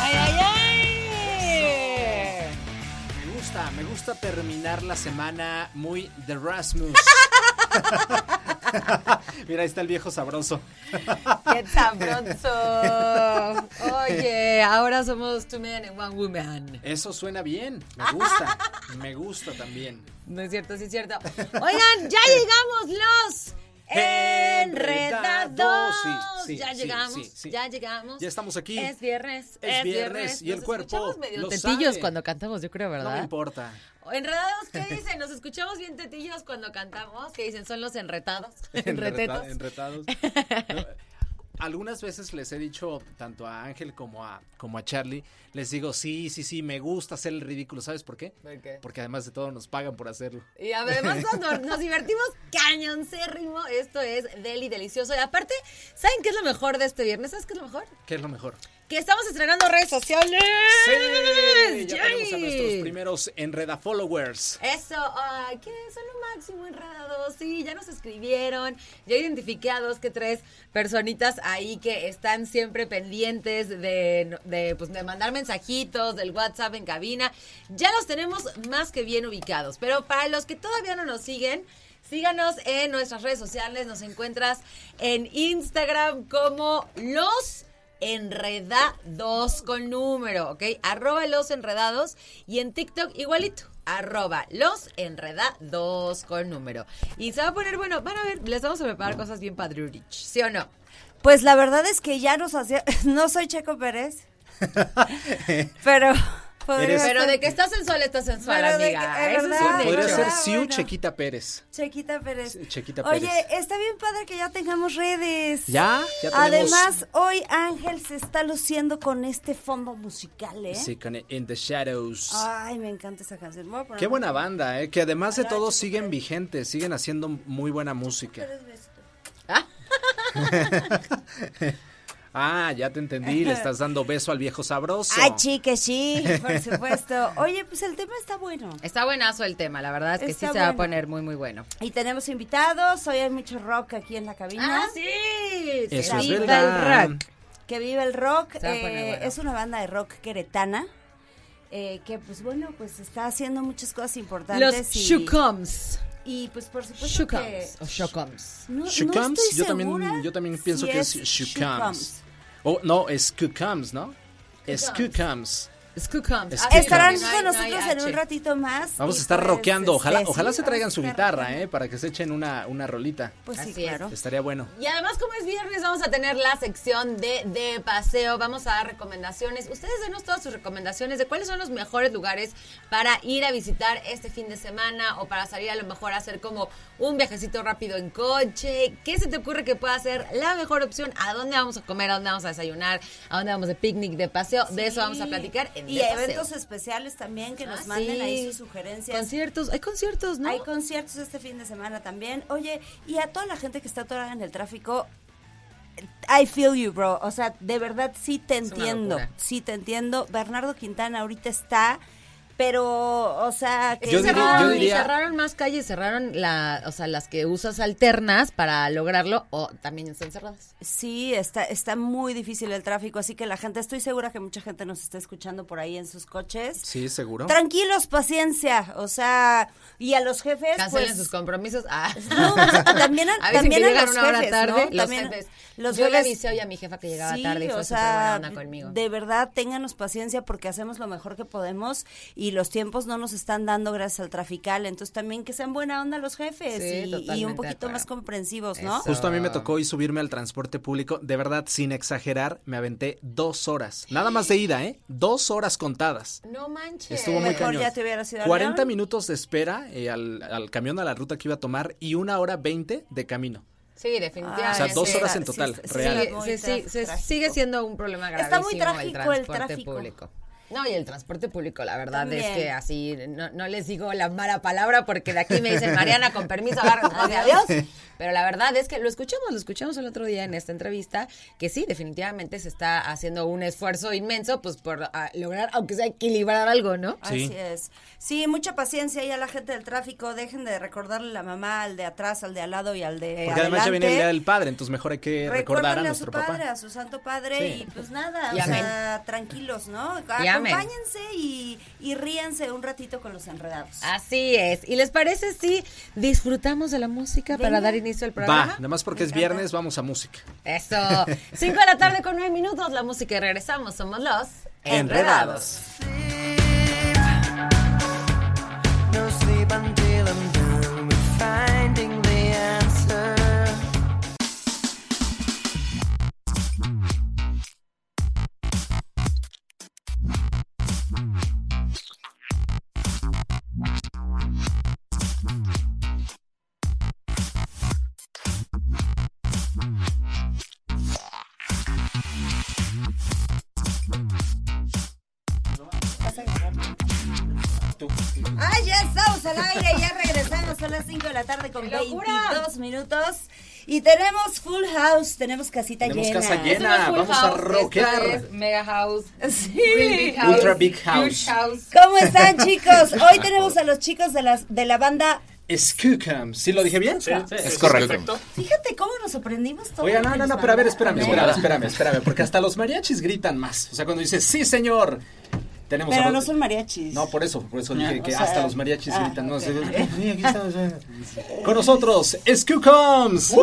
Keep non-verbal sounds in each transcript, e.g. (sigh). ¡Ay, ay, ay! Me gusta, me gusta terminar la semana muy de Rasmus. Mira, ahí está el viejo sabroso. ¡Qué sabroso! Oye, ahora somos Two Men and One Woman. Eso suena bien, me gusta, me gusta también. No es cierto, sí es cierto. Oigan, Eh. ya llegamos los enredados. Sí, sí, ya sí, llegamos, sí, sí. ya llegamos. Ya estamos aquí. Es viernes, Es es viernes. viernes, y el Nos cuerpo escuchamos medio lo tetillos sabe. cuando cantamos, yo creo, No me ¿verdad? importa. enredados, ¿qué dicen? Nos escuchamos bien tetillos cuando cantamos. ¿Qué dicen? Son los enretados. (laughs) Enretetos. Enreta- (laughs) Enretados. No, Algunas veces les he dicho, tanto a Ángel como a, como a Charlie, les digo, sí, sí, sí, me gusta hacer el ridículo. ¿Sabes por qué? ¿Por qué? Porque además de todo nos pagan por hacerlo. Y además nos, nos divertimos cañoncérrimo. Esto es Deli Delicioso. Y aparte, ¿saben qué es lo mejor de este viernes? ¿Sabes qué es lo mejor? ¿Qué es lo mejor? Que estamos estrenando redes sociales. ¡Sí! Ya tenemos a ¡Yay! nuestros primeros enreda followers. Eso, ay, que son lo máximo enredados. Sí, ya nos escribieron. Ya identifiqué a dos que tres personitas ahí que están siempre pendientes de, de, pues, de mandar mensajitos, del WhatsApp en cabina. Ya los tenemos más que bien ubicados. Pero para los que todavía no nos siguen, síganos en nuestras redes sociales. Nos encuentras en Instagram como los enredados con número, ¿ok? Arroba los enredados y en TikTok igualito. Arroba los enredados con número. Y se va a poner, bueno, van a ver, les vamos a preparar cosas bien padrurich, ¿sí o no? Pues la verdad es que ya nos hacía. (laughs) No soy Checo Pérez. pero. (laughs) podría Eres- Pero ser de que estás sensual, estás sensual, Pero de amiga. que- es (laughs) Eso es verdad. un hecho. Podría ser Ah, Siu bueno. Chequita Pérez. Chequita Pérez. Sí, Chequita Pérez. Oye, está bien padre que ya tengamos redes. Ya, ya tenemos. Además, hoy Ángel se está luciendo con este fondo musical, ¿eh? Ah. Sí, con E- In the Shadows. Ay, me encanta esa canción. Me voy a poner Qué una- buena banda, ¿eh? que además de Hola, todo Checo siguen vigentes, siguen haciendo muy buena música. Pérez Besto. (laughs) Ah, ya te entendí, le estás dando beso al viejo sabroso. Ay, sí, que sí, (laughs) por supuesto. Oye, pues el tema está bueno. Eh. Está buenazo el tema, la verdad es que sí Está se va a bueno. poner muy, muy bueno. Y tenemos invitados. Hoy hay mucho rock aquí en la cabina. Ah, sí. Eso es Viva verdad. el rock. Que vive el rock. Se va a poner eh, bueno. Es una banda de rock queretana. eh, que pues bueno, pues está haciendo muchas cosas importantes. Los y, Shucoms. y, pues por supuesto que... Shucoms. O Shucoms. No, no Shucoms, estoy yo también, segura yo también pienso si que es Shucoms. Oh, no, es Cucums, ¿no? Es Cucums. Scookums. Es Ah, que- sí, Estarán no, no con hay- no hay nosotros en H. un ratito más. Vamos y, a estar pues, rockeando, ojalá, este, ojalá sí, se vamos traigan a su estar guitarra, rockeando. ¿eh? Para que se echen una, una rolita. Pues sí, Así es. claro. Estaría bueno. Y además, como es viernes, vamos a tener la sección de, de paseo. Vamos a dar recomendaciones. Ustedes denos todas sus recomendaciones de cuáles son los mejores lugares para ir a visitar este fin de semana o para salir a lo mejor a hacer como un viajecito rápido en coche. ¿Qué se te ocurre que pueda ser la mejor opción? ¿A dónde vamos a comer? ¿A dónde vamos a desayunar? ¿A dónde vamos de picnic, de paseo? De eso vamos a Sí. platicar en Y De Paseo. eventos especiales también que nos Ah, manden ahí sí. sus sugerencias. Conciertos. Hay conciertos, ¿no? Hay conciertos este fin de semana también. Oye, y a toda la gente que está atorada en el tráfico, I feel you, bro. O sea, de verdad sí te una entiendo. locura. Sí te entiendo. Bernardo Quintana ahorita está, pero, o sea, que Es Yo que diría- Eh, cerraron, yo diría- cerraron más calles, cerraron la, o sea, las que usas alternas para lograrlo o también están cerradas. Sí, está, está muy difícil el tráfico, así que la gente, estoy segura que mucha gente nos está escuchando por ahí en sus coches. Sí, seguro. Tranquilos, paciencia, o sea, y a los jefes, Cancelen pues, sus compromisos. Ah. (laughs) No, (laughs) también a- Avisen también que a llegan los una hora jefes, tarde. ¿no? Los También a- jefes. los Yo le jefes- avisé hoy a mi jefa que llegaba tarde y o fue súper sea, buena onda conmigo. De verdad, ténganos paciencia porque hacemos lo mejor que podemos y los tiempos no nos están dando gracias al trafical. Entonces, también que sean buena onda los jefes Sí, y- y, totalmente de un poquito acuerdo. más comprensivos, ¿no? Eso. Justo a mí me tocó hoy subirme al transporte público. De verdad, sin exagerar, me aventé dos horas. Nada más de ida, ¿eh? Dos horas contadas. No manches. Estuvo muy Mejor cañón. ya te hubieras ido a 40 León. minutos de espera hora eh, al, al camión, a la ruta que iba a tomar y una hora veinte de camino. Sí, definitivamente. O sea, dos horas en total, real. Sigue, se- sí, se- sigue siendo un problema gravísimo Está muy trágico el el transporte tráfico. público. No, y el transporte público, la verdad es También. que así, no, no les digo la mala palabra porque de aquí me dicen, Mariana, con permiso, agárrense, adiós. Pero la verdad es que lo escuchamos, lo escuchamos el otro día en esta entrevista, que sí, definitivamente se está haciendo un esfuerzo inmenso, pues, por ah, lograr, aunque sea equilibrar algo, ¿no? Sí. Así es. Sí, mucha paciencia y a la gente del tráfico. Dejen de recordarle la mamá al de atrás, al de al lado y al de Porque además ya Eh, adelante. viene el Día del Padre, entonces mejor hay que recordar a Recuérdale a, nuestro su papá. padre, a su santo padre Sí. y pues nada, Y o amén. sea, tranquilos, ¿no? Y amén. Acompáñense y, y ríanse un ratito con los enredados. Así es. ¿Y les parece si disfrutamos de la música para Venga. dar inicio al Va, programa? nada más porque Me es encanta. viernes, vamos a música. Eso. 5 de la tarde con 9 minutos, la música y regresamos. Somos los Enredados. No sleep until I'm done with finding the answer. Ah, ya estamos al aire, ya regresamos a las 5 de la tarde con locura! 22 minutos. Y tenemos full house, tenemos casita Tenemos llena. casa Esto no llena, es full vamos a house, esto rockear. es mega house. really Sí. big house, Ultra big huge house. ¿Cómo (laughs) están, chicos? Hoy tenemos a los chicos de, las, de la banda. Skookum, ¿sí lo dije bien? sí, es sí, correcto. perfecto. Fíjate cómo nos sorprendimos todos. Oiga, no, no, no, pero a ver, espérame, espera. espérame, espérame, espérame, porque hasta los mariachis gritan más. O sea, cuando dices, sí, señor, tenemos a Pero los- no son mariachis. No, por eso, por eso dije que o sea, hasta los mariachis ah, ok. gritan. (laughs) más. Sí, aquí estamos, eh. Con nosotros, Skoocoms.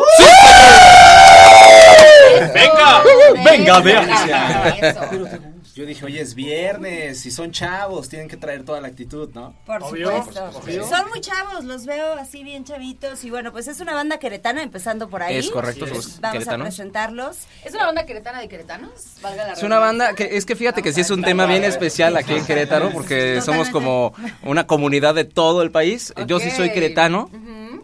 Venga, venga, vea. Eso. Yo dije, oye, es viernes y son chavos, tienen que traer toda la actitud, ¿no? Por Obvio, supuesto. obvio. Son muy chavos, los veo así bien chavitos. Y bueno, pues es una banda queretana empezando por ahí. Es correcto, Pues somos Vamos queretanos. a presentarlos. ¿Es una banda queretana de queretanos? Valga la Es una banda que es que fíjate que sí es un tema bien especial aquí en Querétaro porque somos como una comunidad de todo el país. Yo sí soy Ok. queretano.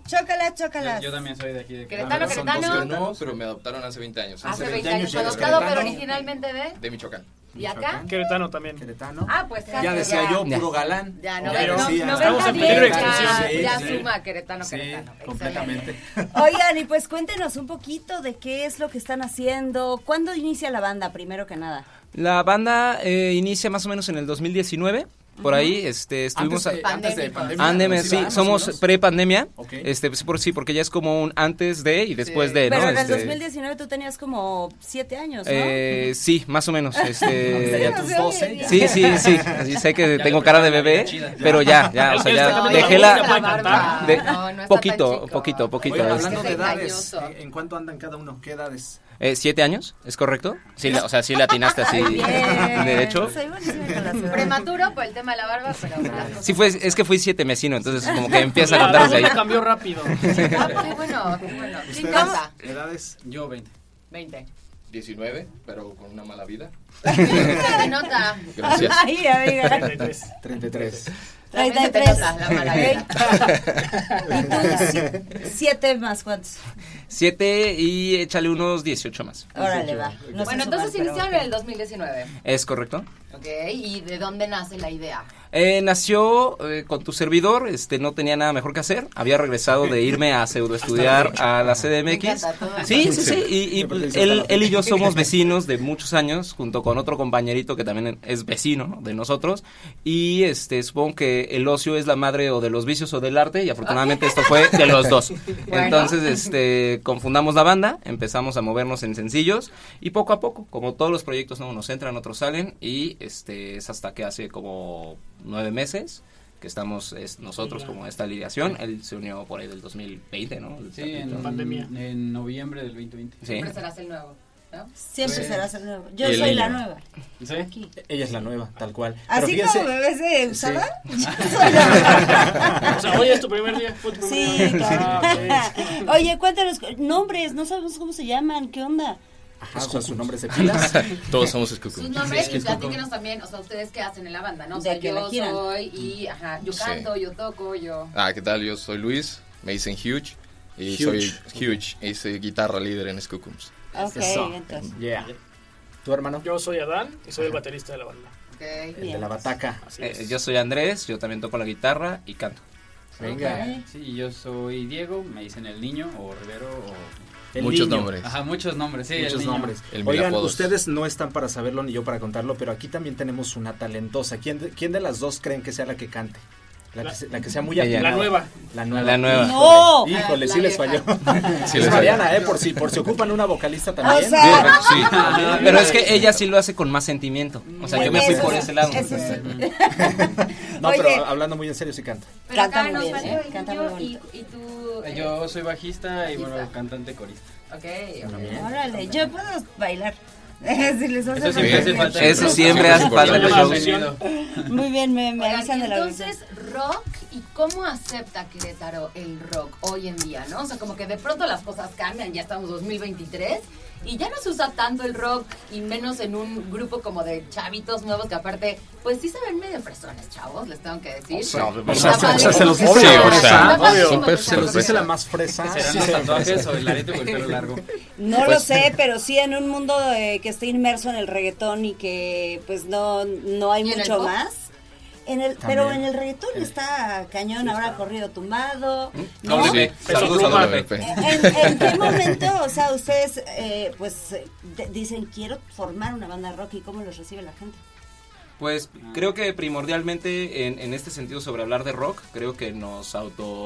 Chócala, chócala. Yo también soy de aquí de Querétano, Son queretano. dos No, hermanos, pero me adoptaron hace 20 años. Hace 20 20 años años ya los adoptado, pero queretanos. originalmente de. De Michoacán. ¿Y acá? Queretano también. Queretano. Ah, pues casi. Ya decía yo, Ya. puro galán. Ya, no, Ya, no, sí, ya. no, estamos en peligro de ya, extinción. ya Sí, sí. suma queretano, queretano. completamente. Oigan, y pues cuéntenos un poquito de qué es lo que están haciendo. ¿Cuándo inicia la banda, primero que nada? La banda eh, inicia más o menos en el 2019. Por ahí este estuvimos antes, de, a- antes de pandemia. Ándeme, ¿nos sí, iba más o somos menos? pre-pandemia. Ok. Este pues, por sí, porque ya es como un antes de y después Sí. de, ¿no? Pero en el Este, 2019 tú tenías como siete años, ¿no? eh, sí, más o menos. Ya Este, tus 12. ya. Sí, sí, sí. Así sé que Ya tengo le cara prestaron la de bebé, vida chida, ya. pero ya, ya, o sea, Ya está ya cambiando dejé la la, música, puede cantar. (laughs) de- No, no está tan poquito, chico. poquito, poquito. Oye, este. hablando de edades, engañoso. ¿en cuánto andan cada uno? ¿Qué edades? Eh, ¿Siete años? ¿Es correcto? Sí, la- o sea, sí le atinaste así. Bien. (laughs) De hecho, Soy buenísima con las edades. Prematuro por el tema de la barba, pero. las cosas- sí fue, es que fui siete mesino, entonces como que empieza a La contar desde cosa ahí. cambió rápido. Ah, qué bueno, qué bueno. ¿Quién ¿Ustedes? canta? ¿Edades? Yo 20. 20. 19, pero con una mala vida. Se nota. Gracias. Ay, amiga. 33. 33. También se te 33. nota la mala vida. (laughs) ¿Y tú si- siete más cuántos? Siete y échale unos 18 más. Órale, va. No sé Bueno, sumar, entonces pero- iniciaron en el 2019. ¿Es correcto? Ok, ¿y de dónde nace la idea? Eh, nació eh, con tu servidor, este, no tenía nada mejor que hacer, había regresado de irme a pseudoestudiar a la CDMX. encanta todo. Sí, sí, sí, y, y, Siempre pues, te dice él, hasta la él y yo somos vecinos de muchos años, junto con otro compañerito que también es vecino ¿no? de nosotros, y este, supongo que el ocio es la madre o de los vicios o del arte, y afortunadamente esto fue de los (laughs) dos. Bueno. Entonces, este, confundamos la banda, empezamos a movernos en sencillos, y poco a poco, como todos los proyectos, ¿no? unos entran, otros salen, y este, es hasta que hace como nueve meses que estamos es, nosotros como esta lidiación, él se unió por ahí del 2020, ¿no? Sí, en la pandemia. En noviembre del 2020. Sí. Siempre serás el nuevo, ¿no? Siempre Sí. serás el nuevo. Yo Y el soy la niño. nueva. ¿Sí? Ella es la nueva, tal cual. Pero Así fíjense- como me ves de Sí. usada, soy la nueva. O sea, hoy es tu primer día. fue tu primer Sí, día. claro. Ah, ok. Oye, cuéntanos nombres, no sabemos cómo se llaman, ¿qué onda? Ajá, o sea, su nombre se pilas. Todos Eh, somos Skukum. Sus nombres y platíquenos también, o sea, ustedes qué hacen en la banda, ¿no? O De sea, que la yo giran. soy y, ajá, yo Sí. canto, yo toco, yo... Ah, ¿qué tal? Yo soy Luis, me dicen Huge. Y Huge. soy Huge, hice guitarra líder en Skookums. Ok, Eso. entonces. Yeah. ¿Tu hermano? Yo soy Adán y soy el baterista de la banda. Ok. El de la bataca. Así Eh, es. yo soy Andrés, yo también toco la guitarra y canto. Venga. Sí, y yo soy Diego, me dicen el niño o Rivero o... El Muchos niño. nombres. Ajá, muchos nombres, sí, el Muchos niño. nombres. El Oigan, Milapodos. ustedes no están para saberlo ni yo para contarlo, pero aquí también tenemos una talentosa. ¿Quién de, quién de las dos creen que sea la que cante? La, que, La- se- la que sea muy La atinada. nueva. La nueva. La nueva. ¡No! Híjole, Híjole, sí La les falló. vieja. Sí, es les Mariana, ¿eh? Por si, por si ocupan una vocalista también. O sea- (laughs) Sí, pero es que ella sí lo hace con más sentimiento. O sea, yo me fui Eso por sí, ese lado. eso sí. (laughs) no, Oye. pero hablando muy en serio, sí canta. Pero Canta acá muy nos bien, faltó ¿eh? el Canta niño muy y, y tú... eh, Yo soy bajista y bueno, Bajista. cantante corista. Ok, ok. Órale, yo puedo bailar. (laughs) si les hace Eso siempre hace falta. Eso Pero- siempre es hace falta importante. en los Llama la shows. atención. Muy bien, me, me Oigan, avisan de la entonces, rock, ¿y cómo acepta Querétaro el rock hoy en día, no? O sea, como que de pronto las cosas cambian, ya estamos 2023 y ya no se usa tanto el rock y menos en un grupo como de chavitos nuevos que aparte, pues sí se ven medio personas, chavos, les tengo que decir. o sea, se- o sea, se los Está dice la padrísimo, fresa, está obvio. padrísimo Son que pers- sea Se Pues los Sorpresa. Pues dice rockero. la más fresa. ¿Serán Sí, los se- tatuajes o el arete con el pelo largo? No lo Pues- sé, pero sí en un mundo de- que está inmerso en el reggaetón y que pues no, no hay ¿Y en el mucho pop? más. En el, pero en También. el reggaetón está ¿Mm? cañón, ahora corrido tumbado. ¿no? ¿Mm? Saludos, Sí. saludos, Saludos, saludos. WP. ¿En, en qué momento, o sea, ustedes eh, pues eh, de- dicen quiero formar una banda rock y cómo los recibe la gente? Pues creo que primordialmente en, en este sentido sobre hablar de rock, creo que nos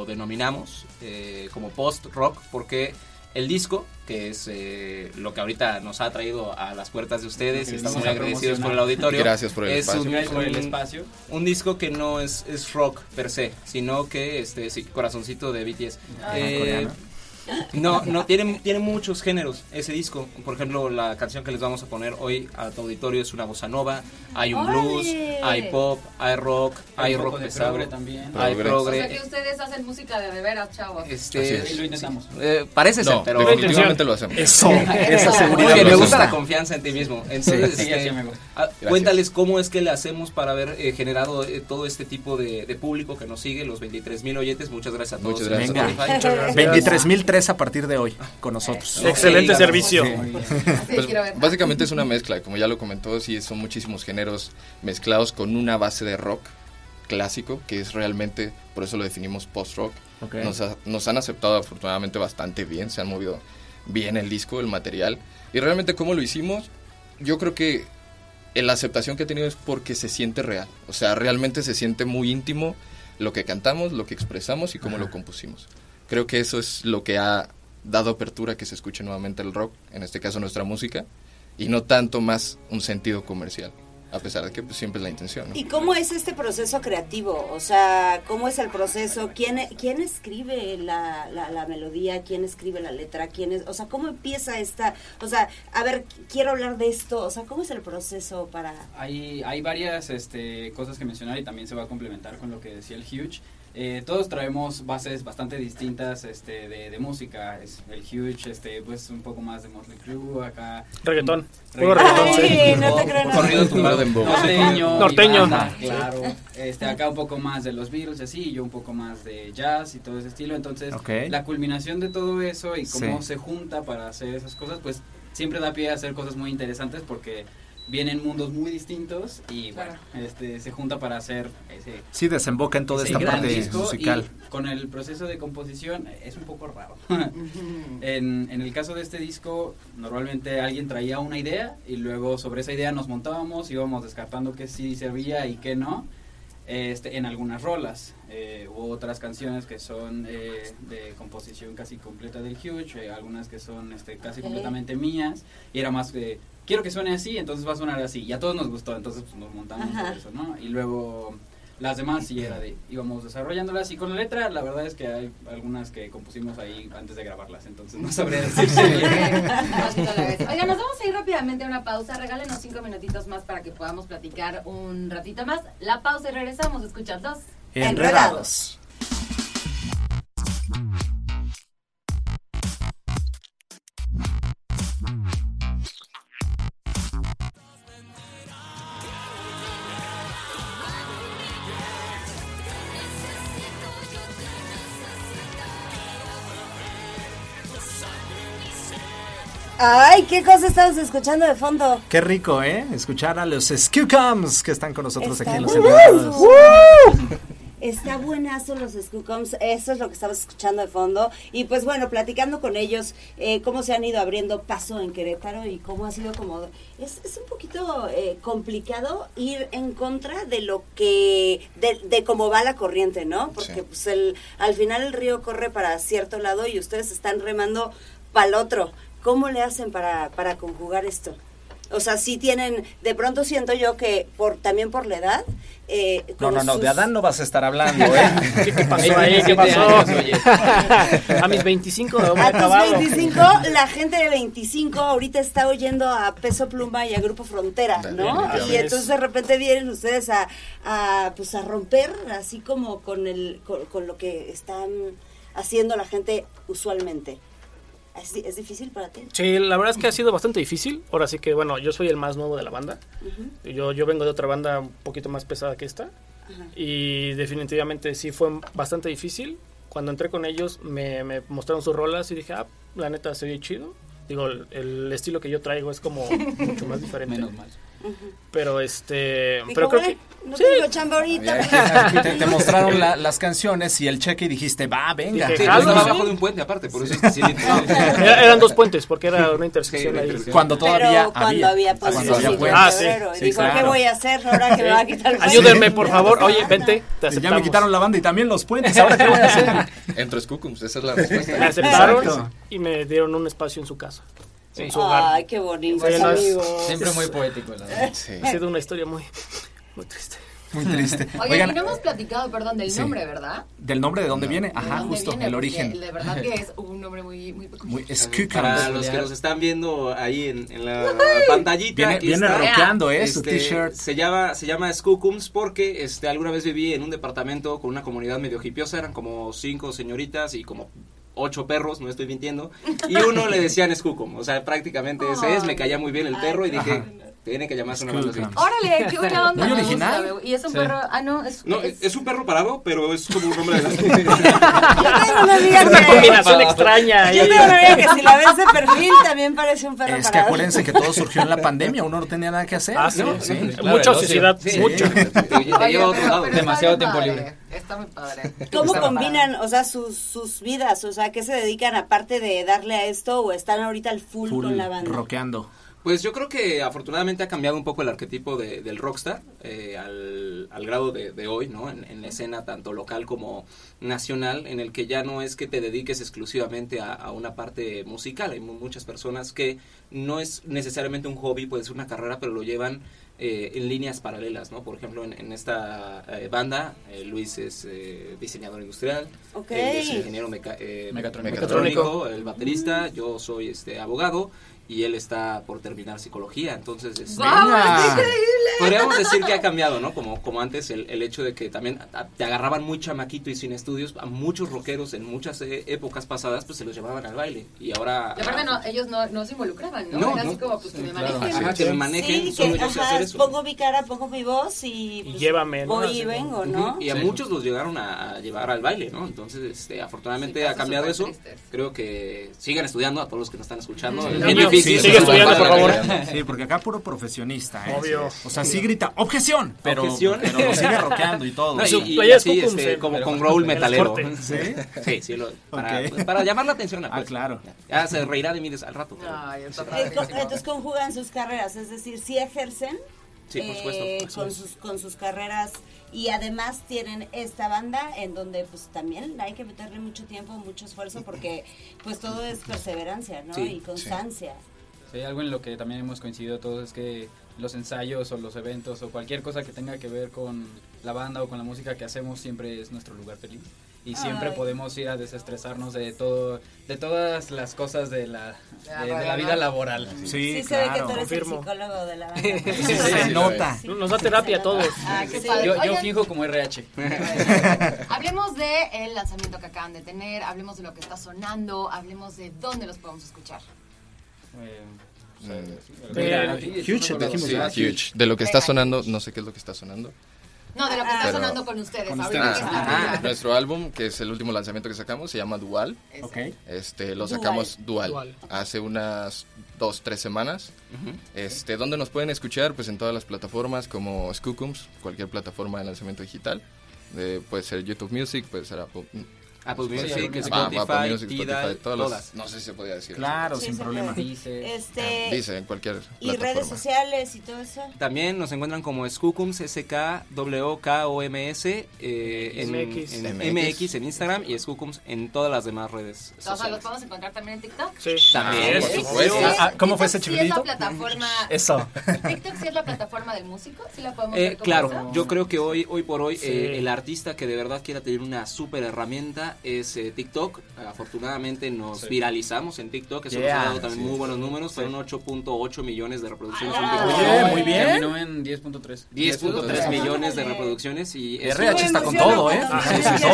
autodenominamos eh, como post-rock porque el disco, que es eh, lo que ahorita nos ha traído a las puertas de ustedes y estamos Nos muy ha agradecidos por el promocionado. auditorio. Gracias por el es espacio. un- Gracias por el un- espacio. un disco que no es, es rock per se, sino que este sí, corazoncito de BTS. Eh, coreano. no, no, tiene, tiene muchos géneros ese disco. Por ejemplo, la canción que les vamos a poner hoy a tu auditorio es una bossa nova, hay un blues, ¡Órale! hay pop, hay rock, hay, un rock poco de pesado, progre también. Progre. hay O sea, que progre. ustedes hacen música de de veras, chavos. Este, Sí, Lo intentamos. eh, parece ser, No, pero definitivamente lo hacemos. (laughs) Eso, esa Muy seguridad. bien, me lo gusta usa. la confianza en ti mismo. Entonces, Sí, este, sí, amigo. ah, cuéntales cómo es que le hacemos para haber eh, generado eh, todo este tipo de, de público que nos sigue, los 23 mil oyentes. Muchas gracias a todos. Muchas gracias. Spotify. Venga. 23.003 a partir de hoy con nosotros. Ok, Excelente digamos, servicio. Así Pues, quiero ver. básicamente es una mezcla, como ya lo comentó, sí, son muchísimos géneros mezclados con una base de rock clásico, que es realmente, por eso lo definimos post-rock. (laughs) Ok. Nos, ha- nos han aceptado afortunadamente bastante bien, se han movido bien el disco, el material. Y realmente cómo lo hicimos, yo creo que la aceptación que ha tenido es porque se siente real. O sea, realmente se siente muy íntimo lo que cantamos, lo que expresamos y cómo lo compusimos. Creo que eso es lo que ha dado apertura a que se escuche nuevamente el rock, en este caso nuestra música, y no tanto más un sentido comercial, a pesar de que pues, siempre es la intención. (laughs) ¿no? ¿Y cómo es este proceso creativo? O sea, ¿cómo es el proceso? ¿Quién, quién escribe la, la, la melodía? ¿Quién escribe la letra? ¿Quién es, o sea, ¿cómo empieza esta? O sea, a ver, quiero hablar de esto. O sea, ¿cómo es el proceso para...? Hay, hay varias este, cosas que mencionar y también se va a complementar con lo que decía el Huge. Eh, todos traemos bases bastante distintas este, de, de música. Es el Huge, este, pues un poco más de Motley Crue, acá. Reggaetón. Mm, Puro reggaetón, sí. Ay, no te creo nada. Corrido tumbado en boca. Norteño. Norteño. y banda, claro. Este, acá un poco más de los Beatles y así, y yo un poco más de jazz y todo ese estilo. Entonces, Ok. la culminación de todo eso y cómo Sí. se junta para hacer esas cosas, pues siempre da pie a hacer cosas muy interesantes porque vienen mundos muy distintos y Claro. bueno, este, se junta para hacer ese Sí, desemboca en toda ese esta gran parte disco musical. y con el proceso de composición eh, es un poco raro. (laughs) en, en el caso de este disco, normalmente alguien traía una idea y luego sobre esa idea nos montábamos, íbamos descartando qué sí servía y qué no. Este, en algunas rolas eh, u otras canciones que son eh, de composición casi completa del Huge, eh, algunas que son este, casi Ok. completamente mías, y era más que quiero que suene así, entonces va a sonar así, y a todos nos gustó, entonces pues, nos montamos Ajá. sobre eso, ¿no? Y luego las demás sí era de íbamos desarrollándolas y con la letra la verdad es que hay algunas que compusimos ahí antes de grabarlas, entonces no sabría decir. Bajito la vez. Oiga, nos vamos a ir rápidamente a una pausa. Regálenos cinco minutitos más para que podamos platicar un ratito más. La pausa y regresamos. Escucha dos. Enredados. Ay, qué cosa estamos escuchando de fondo. Qué rico, ¿eh? Escuchar a los Skewcoms que están con nosotros Está aquí en los buenazo. Enredados. Está buenazo los Scoocoms, eso es lo que estamos escuchando de fondo. Y pues bueno, platicando con ellos, eh, cómo se han ido abriendo paso en Querétaro y cómo ha sido como... Es, es un poquito eh, complicado ir en contra de lo que... de, de cómo va la corriente, ¿no? Porque Sí. pues el, al final el río corre para cierto lado y ustedes están remando para el otro. ¿Cómo le hacen para, para conjugar esto? O sea, sí tienen, de pronto siento yo que por también por la edad... eh, No, como no, no, sus- de Adán no vas a estar hablando, ¿eh? ¿Qué, qué pasó ahí? ¿Qué 27 pasó? años, oye. A mis 25 no me A he tus acabado. 25, la gente de 25 ahorita está oyendo a Peso Pluma y a Grupo Frontera, ¿no? Definitivamente. Y entonces de repente vienen ustedes a, a, pues a romper, así como con, el, con, con lo que están haciendo la gente usualmente. ¿Es, di- es difícil para ti? Sí, la verdad es que ha sido bastante difícil. Ahora sí que, bueno, yo soy el más nuevo de la banda. Yo, yo vengo de otra banda un poquito más pesada que esta. Ajá. Y definitivamente sí fue bastante difícil. Cuando entré con ellos me, me mostraron sus rolas y dije, ah, la neta se oye chido. Digo, el, el estilo que yo traigo es (laughs) como mucho más diferente. Menos mal. Pero este, Dijo, pero creo "Güey, que No tengo chamba ahorita. (laughs) Te, (laughs) te mostraron la- las canciones y el cheque y dijiste, va, venga. Dije, Sí, Jalo, estaba sí. abajo de un puente aparte, por eso es que sí, literal. era- eran dos puentes porque era una intersección Sí, ahí. sí, sí. Cuando todavía Pero cuando había, Ah, cuando posibilidad había de puente. Ah, sí. febrero. Y Sí, dijo, ¿qué claro. voy a hacer ahora que me va (laughs) a quitar el puente?" Ayúdenme, por favor. Oye, vente, te Ya me aceptamos. quitaron la banda y también los puentes. ¿Ahora qué voy a hacer? Entro Scoocums, esa es la Me respuesta. aceptaron Exacto. y me dieron un espacio en su casa, en su hogar. Ay, qué bonito, Soy el más- amigos. Siempre muy poético, la verdad. Sí. Ha sido una historia muy, muy triste. Muy triste. Oigan, y no Oigan, hemos platicado, perdón, del Sí. nombre, ¿verdad? ¿del nombre de dónde viene? ¿De Ajá, dónde justo, viene? el Porque origen. De verdad que (laughs) es un nombre muy, muy peculiar. Muy Skewcoms. Para los que nos están viendo ahí en, en la pantallita. Viene- aquí viene está. Este, rockeando, eh, su t-shirt. Se llama, se llama Skookums porque este, alguna vez viví en un departamento con una comunidad medio hipiosa. Eran como cinco señoritas y como ocho perros, no estoy mintiendo. Y uno le decían Skookum. O sea, prácticamente ese es. Me caía muy bien el perro y dije, tiene que llamarse una banda así. Skookums. Órale, (laughs) qué buena onda. Muy me original. gusta, güey. y es un Sí. perro. Ah, no, es. No, es- es es un perro parado, pero es como (laughs) un nombre de las... (laughs) Yo tengo una amiga Es una que- combinación extraña. ahí. Yo tengo una amiga que si la ves de perfil también parece un perro Es que parado. acuérdense que todo surgió en la pandemia, uno no tenía nada que hacer. Ah, sí, ¿no? sí. Sí. Mucha sociedad, mucha. Te, te Oye, lleva a pero- otro lado. pero está Demasiado muy tiempo padre, libre. Está muy padre. ¿Cómo Está muy combinan, o sea, sus, sus vidas? O sea, ¿qué se dedican aparte de darle a esto o están ahorita al full, Full con la banda? rockeando. Pues yo creo que afortunadamente ha cambiado un poco el arquetipo de- del rockstar eh, al, al grado de, de hoy, ¿no? En, en la escena tanto local como nacional, en el que ya no es que te dediques exclusivamente a, a una parte musical. Hay mu- muchas personas que no es necesariamente un hobby, puede ser una carrera, pero lo llevan eh, en líneas paralelas, ¿no? Por ejemplo, en, en esta eh, banda, eh, Luis es eh, diseñador industrial, Ok. él es ingeniero meca- eh, Mecatrónico. mecatrónico, el baterista, yo soy este abogado y él está por terminar psicología, entonces este, ¡Guau, Venga. está increíble! podríamos decir que ha cambiado, ¿no? Como, como antes el, el hecho de que también a- te agarraban muy chamaquito y sin estudios, a muchos rockeros en muchas eh, épocas pasadas pues se los llevaban al baile y ahora... Y aparte, no, ellos no, no se involucraban, ¿no? No, Era así no. como, pues que me manejen. Ajá, que me manejen, sí, solo que, yo sé ajá, hacer eso. pongo mi cara, pongo mi voz y, pues, Y llévame, ¿no? voy Así y como- vengo, ¿no? Y a muchos los llegaron a, a llevar al baile, ¿no? Entonces, este, afortunadamente Sí, ha casos cambiado eso. súper tristes. Creo que sigan estudiando a todos los que nos están escuchando. Sí. Es Sí, bien difícil. sigue estudiando, por favor. Sí, porque acá puro profesionista, ¿eh? Obvio. O sea, sí grita, objeción, pero, Objeción. pero lo sigue rockeando y todo. No, y- Su y playa es así, Cucum, este, sí. como Pero con bueno, growl en el metalero. corte. ¿Sí? (laughs) Sí, sí, lo- para, Ok. para llamar la atención. Ah, pues. claro. Ya se reirá de mí des- al rato. pero- Ay, está Eh, co- padrísimo. Entonces conjugan sus carreras, es decir, sí ejercen Sí, por eh, supuesto. Así con, es. sus, con sus carreras y además tienen esta banda en donde pues también hay que meterle mucho tiempo, mucho esfuerzo porque pues todo es perseverancia, ¿no? Sí, y constancia. Sí, algo en lo que también hemos coincidido todos es que los ensayos o los eventos o cualquier cosa que tenga que ver con la banda o con la música que hacemos siempre es nuestro lugar feliz y siempre Ay. podemos ir a desestresarnos de todo de todas las cosas de la Ya, de, de la bueno. vida laboral. Sí, Sí, se ve que claro. tú eres confirmo. el psicólogo de la banda. Sí, Sí, se sí, nota. Nos da terapia a todos. Ah, qué Sí. padre. Yo, yo Oigan. finjo como RH. Eh, Hablemos de el lanzamiento que acaban de tener, hablemos de lo que está sonando, hablemos de dónde los podemos escuchar. Eh, eh, Mira, aquí es huge, una dijimos, cosa- Sí, ¿verdad? sí, huge. De lo que está sonando, no sé qué es lo que está sonando. No, de lo que está Pero- sonando con ustedes. con ahorita ustedes. que Ah, está Nuestro álbum, que es el último lanzamiento que sacamos, se llama Dual. Ese. Ok. Este, lo Dual. sacamos Dual. Dual. Hace unas dos, tres semanas. Este, ¿Dónde nos pueden escuchar? Pues en todas las plataformas como Scoocums, cualquier plataforma de lanzamiento digital. Eh, puede ser YouTube Music, puede ser Apple, Apple Spotify, Music, Apple Spotify, Music, Spotify, Tidal, todas las- todas. No sé si se podría decir. Claro, Sí, sin se problema. puede. eh, Dice. Este, Dice en cualquier y plataforma. redes sociales y todo eso. También nos encuentran como Skookums, S-K-W-K-O-M-S, eh, en, MX. en MX. MX en Instagram y Skookums en todas las demás redes O sea, los sociales. podemos encontrar también en TikTok. Sí. También, por Sí, supuesto. Sí, Ah, ¿cómo fue TikTok ese sí es la chiflidito? plataforma. Eso. TikTok sí es la plataforma del músico, sí la podemos Eh, ver como esa? claro, yo creo que hoy, hoy por hoy Sí. eh, el artista que de verdad quiera tener una super herramienta es eh, TikTok. Afortunadamente nos viralizamos en TikTok, eso Yeah. nos ha dado también Sí. muy buenos números, fueron 8.8 millones de reproducciones en Ah. TikTok. Oye, muy bien. Terminó en 10.3. 10.3 Ah, millones de órale. reproducciones y es RH está con todo, ¿eh? Ah, Sí, sí, sí.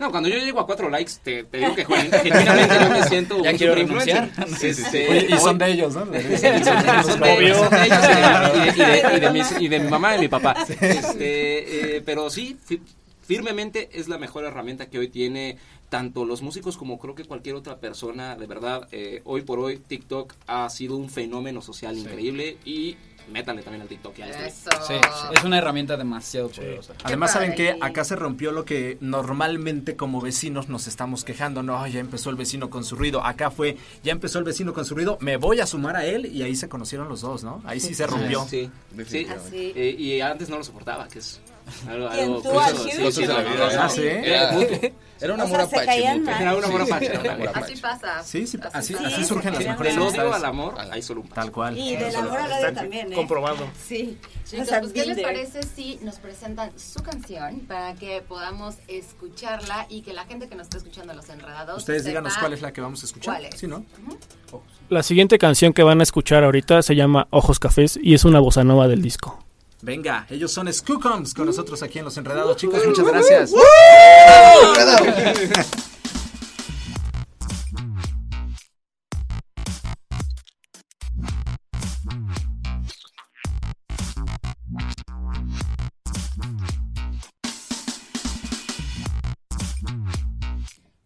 No, cuando yo llego a cuatro likes, te, te digo que gen- genuinamente yo me siento Ya un quiero super influencer. Este, Oye, y son hoy- de (laughs) ellos, ¿no? son de ellos, son de ellos y de- y de- y de- y de mis- y de mi mamá y de mi papá. Este, eh, pero sí, fi- firmemente es la mejor herramienta que hoy tiene tanto los músicos como creo que cualquier otra persona. De verdad, eh, hoy por hoy TikTok ha sido un fenómeno social increíble y métanle también al TikTok. ya está. Eso. Sí, es una herramienta demasiado poderosa. Además, Qué ¿saben qué? padre. Acá se rompió lo que normalmente como vecinos nos estamos quejando. No, ya empezó el vecino con su ruido. Acá fue, ya empezó el vecino con su ruido, me voy a sumar a él y ahí se conocieron los dos, ¿no? Ahí sí se rompió. Sí, sí. Definitivamente. Así. Eh, y antes no lo soportaba, que es algo, ¿Quién, algo tú, curioso, Ashiru? sí, cosas de la vida, Ah, ¿no? ¿sí? Era mutuo. Era un O amor sea, se apache. caían mutuo. mal. Era un amor Sí, apache, era un amor Así pasa. Sí, sí, así, pasa. así surgen las Sí, mejores Del odio al amistades. amor, hay solo un Tal paso. cual. Y del amor al Está odio también, ¿eh? comprobado. Sí. Chicos, O sea, pues, ¿qué les Tinder. parece si nos presentan su canción para que podamos escucharla y que la gente que nos está escuchando a los enredados Ustedes sepa díganos cuál es la que vamos a escuchar. cuál es. Sí, ¿no? La siguiente canción que van a escuchar ahorita se llama Ojos Cafés y es una bossa nova del disco. Venga, ellos son Skookoms con nosotros aquí en Los Enredados, chicos. Muchas gracias.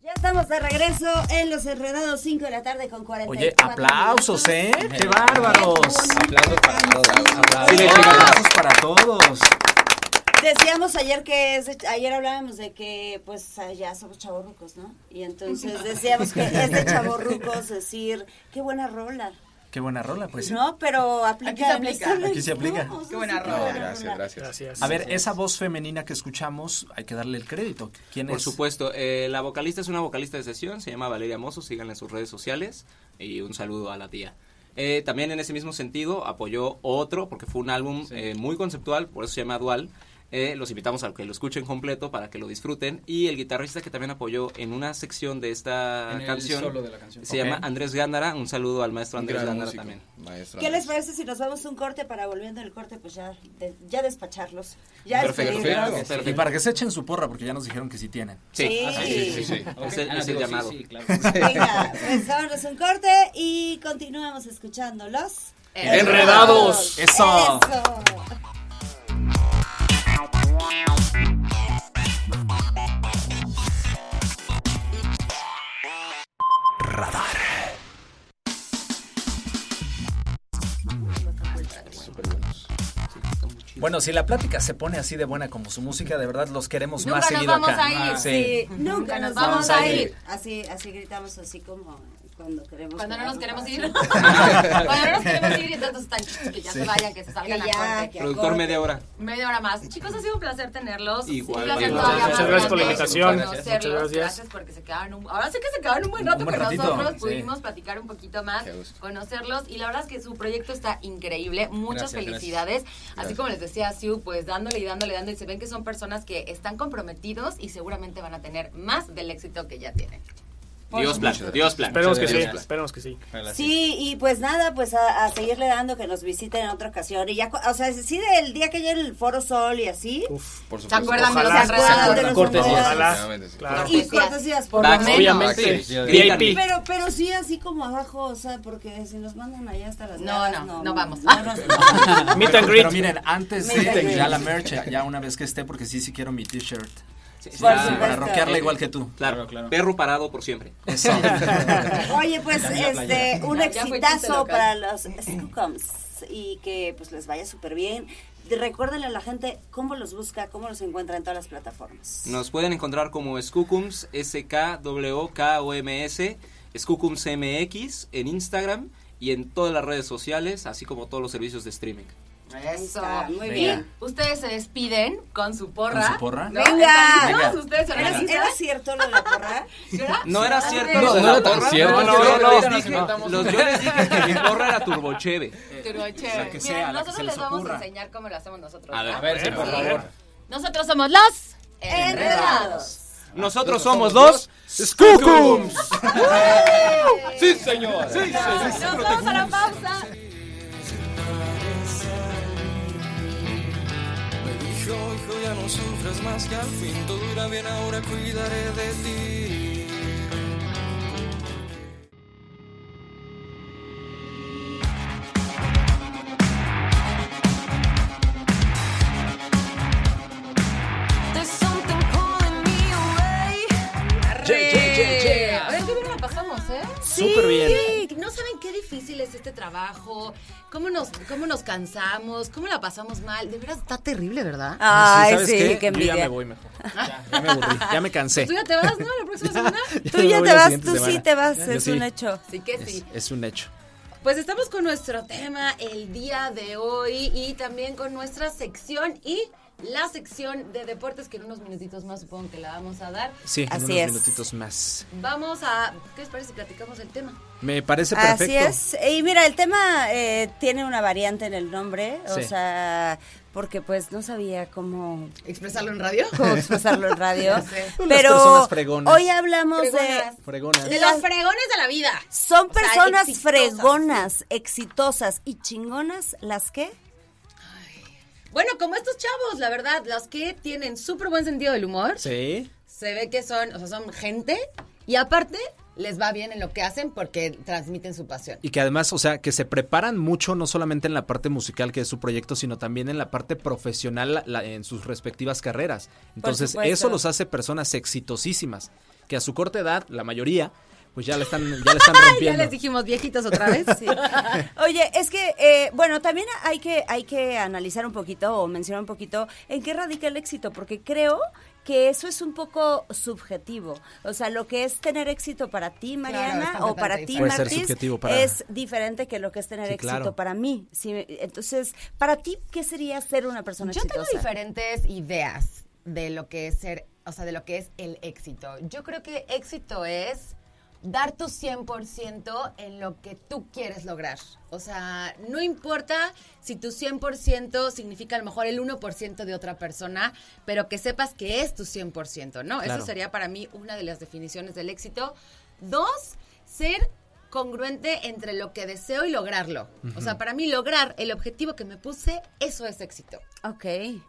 Ya estamos de regreso en Los Enredados, 5 de la tarde con 40. Oye, aplausos, ¿eh? ¡Qué bárbaros! Aplausos para todos. Sí, le llegan Aplausos para todos. eh. Decíamos ayer que es de- ayer hablábamos de que pues ya somos chavorrucos, ¿no? Y (laughs) entonces decíamos que es de chavorrucos decir, qué buena rola. Qué buena rola, pues sí. No, pero aplica. Aquí se aplica. en este- Aquí se aplica. No, o sea, Qué buena sí, rola. No, gracias, gracias. Gracias. A ver, esa voz femenina que escuchamos, hay que darle el crédito. ¿Quién Por es? supuesto, eh, la vocalista es una vocalista de sesión, se llama Valeria Mozo, síganla en sus redes sociales y un saludo a la tía. Eh, también en ese mismo sentido apoyó otro, porque fue un álbum eh, muy conceptual, por eso se llama Dual. Eh, los invitamos a que lo escuchen completo para que lo disfruten. Y el guitarrista que también apoyó en una sección de esta En el canción solo de la canción. se Ok. llama Andrés Gándara. Un saludo al maestro Andrés Gran Gándara músico, también. maestro ¿Qué les Andrés. parece si nos vamos un corte para volviendo el corte, pues ya, de- ya despacharlos? Ya Perfecto, Ah, despedirnos. perfecto. Y para que se echen su porra, porque ya nos dijeron que sí tienen. Sí. así es, Sí, sí, sí. Ok. Es el- Ah, es el digo, sí, llamado. sí, (laughs) claro. (laughs) Venga, pues vámonos un corte y continuamos escuchándolos. ¡Enredados! ¡Eso! Eso. Bueno, si la plática se pone así de buena como su música, de verdad los queremos Nunca más nos seguido vamos acá. Ah, a ir. Sí. Sí, nunca nos vamos a ir. Así, así gritamos, así como cuando queremos. Cuando no jugar nos un queremos partido. (laughs) ir. (laughs) Cuando no nos queremos ir, entonces están chicos que ya se vayan, que se Que salgan a ya, corte. que Productor acorde. media hora. Media hora más. Chicos, ha sido un placer tenerlos. Igual, Un placer igual. todavía Muchas más gracias por la grande invitación. conocerlos. Muchas gracias. porque se quedaron un... Ahora sí que se quedaron un buen rato Un con buen ratito, nosotros. sí. Pudimos platicar un poquito más, Qué gusto. conocerlos. Y la verdad es que su proyecto está increíble. Muchas Gracias, felicidades. Así Gracias. como les decía Siu, pues dándole y dándole y dándole. Y se ven que son personas que están comprometidos y seguramente van a tener más del éxito que ya tienen. Dios plan, Dios plan. Esperemos que sí, Gracias. esperemos que sí. Sí, y pues nada, pues a, a seguirle dando que nos visiten en otra ocasión. Y ya, cu- o sea, sí, del día que llegue el Foro Sol y así. Uf. Por ¿Se supuesto. acuerdan de los Ojalá. de enredados? los Cortesías. enredados. Definitivamente, sí. Claro. Y cortesías, por Back- favor. Obviamente. Sí. VIP. Pero, pero sí, así como abajo, o sea, porque si nos mandan allá hasta las. No, gradas, no, no vamos. nos- Meet and Pero greet. miren, antes Meet and de ya greet. la merch, ya una vez que esté, porque sí, sí quiero mi t-shirt. Sí, Sí, Por sí, para supuesto. rockearla igual que tú. Claro, Claro, claro. Perro parado por siempre. Eso. (laughs) Oye, pues También la este, un Ya, ya fue chiste exitazo local. para los Skookums y que pues les vaya súper bien. Recuérdenle a la gente cómo los busca, cómo los encuentra en todas las plataformas. Nos pueden encontrar como Skookums, S-K-W-K-O-M-S, Skookums MX en Instagram y en todas las redes sociales, así como todos los servicios de streaming. Ahí Eso. está, Ah, muy Y bien. ustedes se despiden con su porra. ¿Con su porra? ¿No? Venga. ¿Están listos? Venga. ¿Ustedes se ¿Era, organizan? era cierto lo de la (laughs) porra? ¿Será? No era Sí. cierto No, lo de no la era tan porra. cierto. No, Sí, no, yo ahorita les nos dije- inventamos los- una. yo les dije que mi porra era turbocheve. Turoche. Eh, Miren, La que sea, la que se nosotros les les vamos a ocurra. enseñar cómo lo hacemos nosotros. A ver, ¿va? a ver, sí, por Sí. favor. Nosotros somos los Enredados. Nosotros somos dos Skookums. Sí, señor. Sí, señor. Nos vamos a la pausa. Me dijo, hijo, ya no sufras más que al fin todo irá bien, ahora cuidaré de ti. Oigan, qué bien la pasamos, ¿eh? Súper bien. Sí, no saben qué difícil es este trabajo, cómo nos, cómo nos cansamos, cómo la pasamos mal. De veras, está terrible, ¿verdad? Ay, ¿sabes sí, qué? qué Yo ya envidia. me voy mejor. Ya, ya me aburrí, ya me cansé. Tú ya te vas, ¿no? La próxima semana. Tú me ya voy te la vas, siguiente tú sí semana. te vas, Yo es sí. un hecho. Sí que sí. Es, es un hecho. Pues estamos con nuestro tema el día de hoy y también con nuestra sección y la sección de deportes que en unos minutitos más supongo que la vamos a dar. Sí, en Así unos es. minutitos más. Vamos a... ¿Qué les parece si platicamos el tema? Me parece perfecto. Así es. Y mira, el tema eh, tiene una variante en el nombre, o Sí. sea, porque pues no sabía cómo ¿Expresarlo en radio? cómo expresarlo en (laughs) radio. Unas Pero personas fregonas. hoy hablamos Fregonas. de... Fregona. De los fregones de la vida. Son O sea, personas exitosas. fregonas, exitosas y chingonas las que... Bueno, como estos chavos, la verdad, los que tienen súper buen sentido del humor, Sí. se ve que son, o sea, son gente y aparte les va bien en lo que hacen porque transmiten su pasión. Y que además, o sea, que se preparan mucho, no solamente en la parte musical que es su proyecto, sino también en la parte profesional la- en sus respectivas carreras. Entonces, supuesto. eso los hace personas exitosísimas, que a su corta edad, la mayoría, pues ya le están, (laughs) ya le están Ya rompiendo. les dijimos viejitos otra vez. (laughs) Sí. Oye, es que, eh, bueno, también hay que, hay que analizar un poquito o mencionar un poquito en qué radica el éxito, porque creo que eso es un poco subjetivo. O sea, lo que es tener éxito para ti, Mariana, está o para bastante ti, diferente. Puede ser Martis, subjetivo para- es diferente que lo que es tener Sí, éxito claro. para mí. Sí, entonces, para ti, ¿qué sería ser una persona Yo tengo exitosa? diferentes ideas de lo que es ser, o sea, de lo que es el éxito. Yo creo que éxito es dar tu 100% en lo que tú quieres lograr. O sea, no importa si tu 100% significa a lo mejor el 1% de otra persona, pero que sepas que es tu 100%, ¿no? Eso Claro. sería para mí una de las definiciones del éxito. Dos, ser congruente entre lo que deseo y lograrlo. O sea, para mí lograr el objetivo que me puse, eso es éxito. Ok.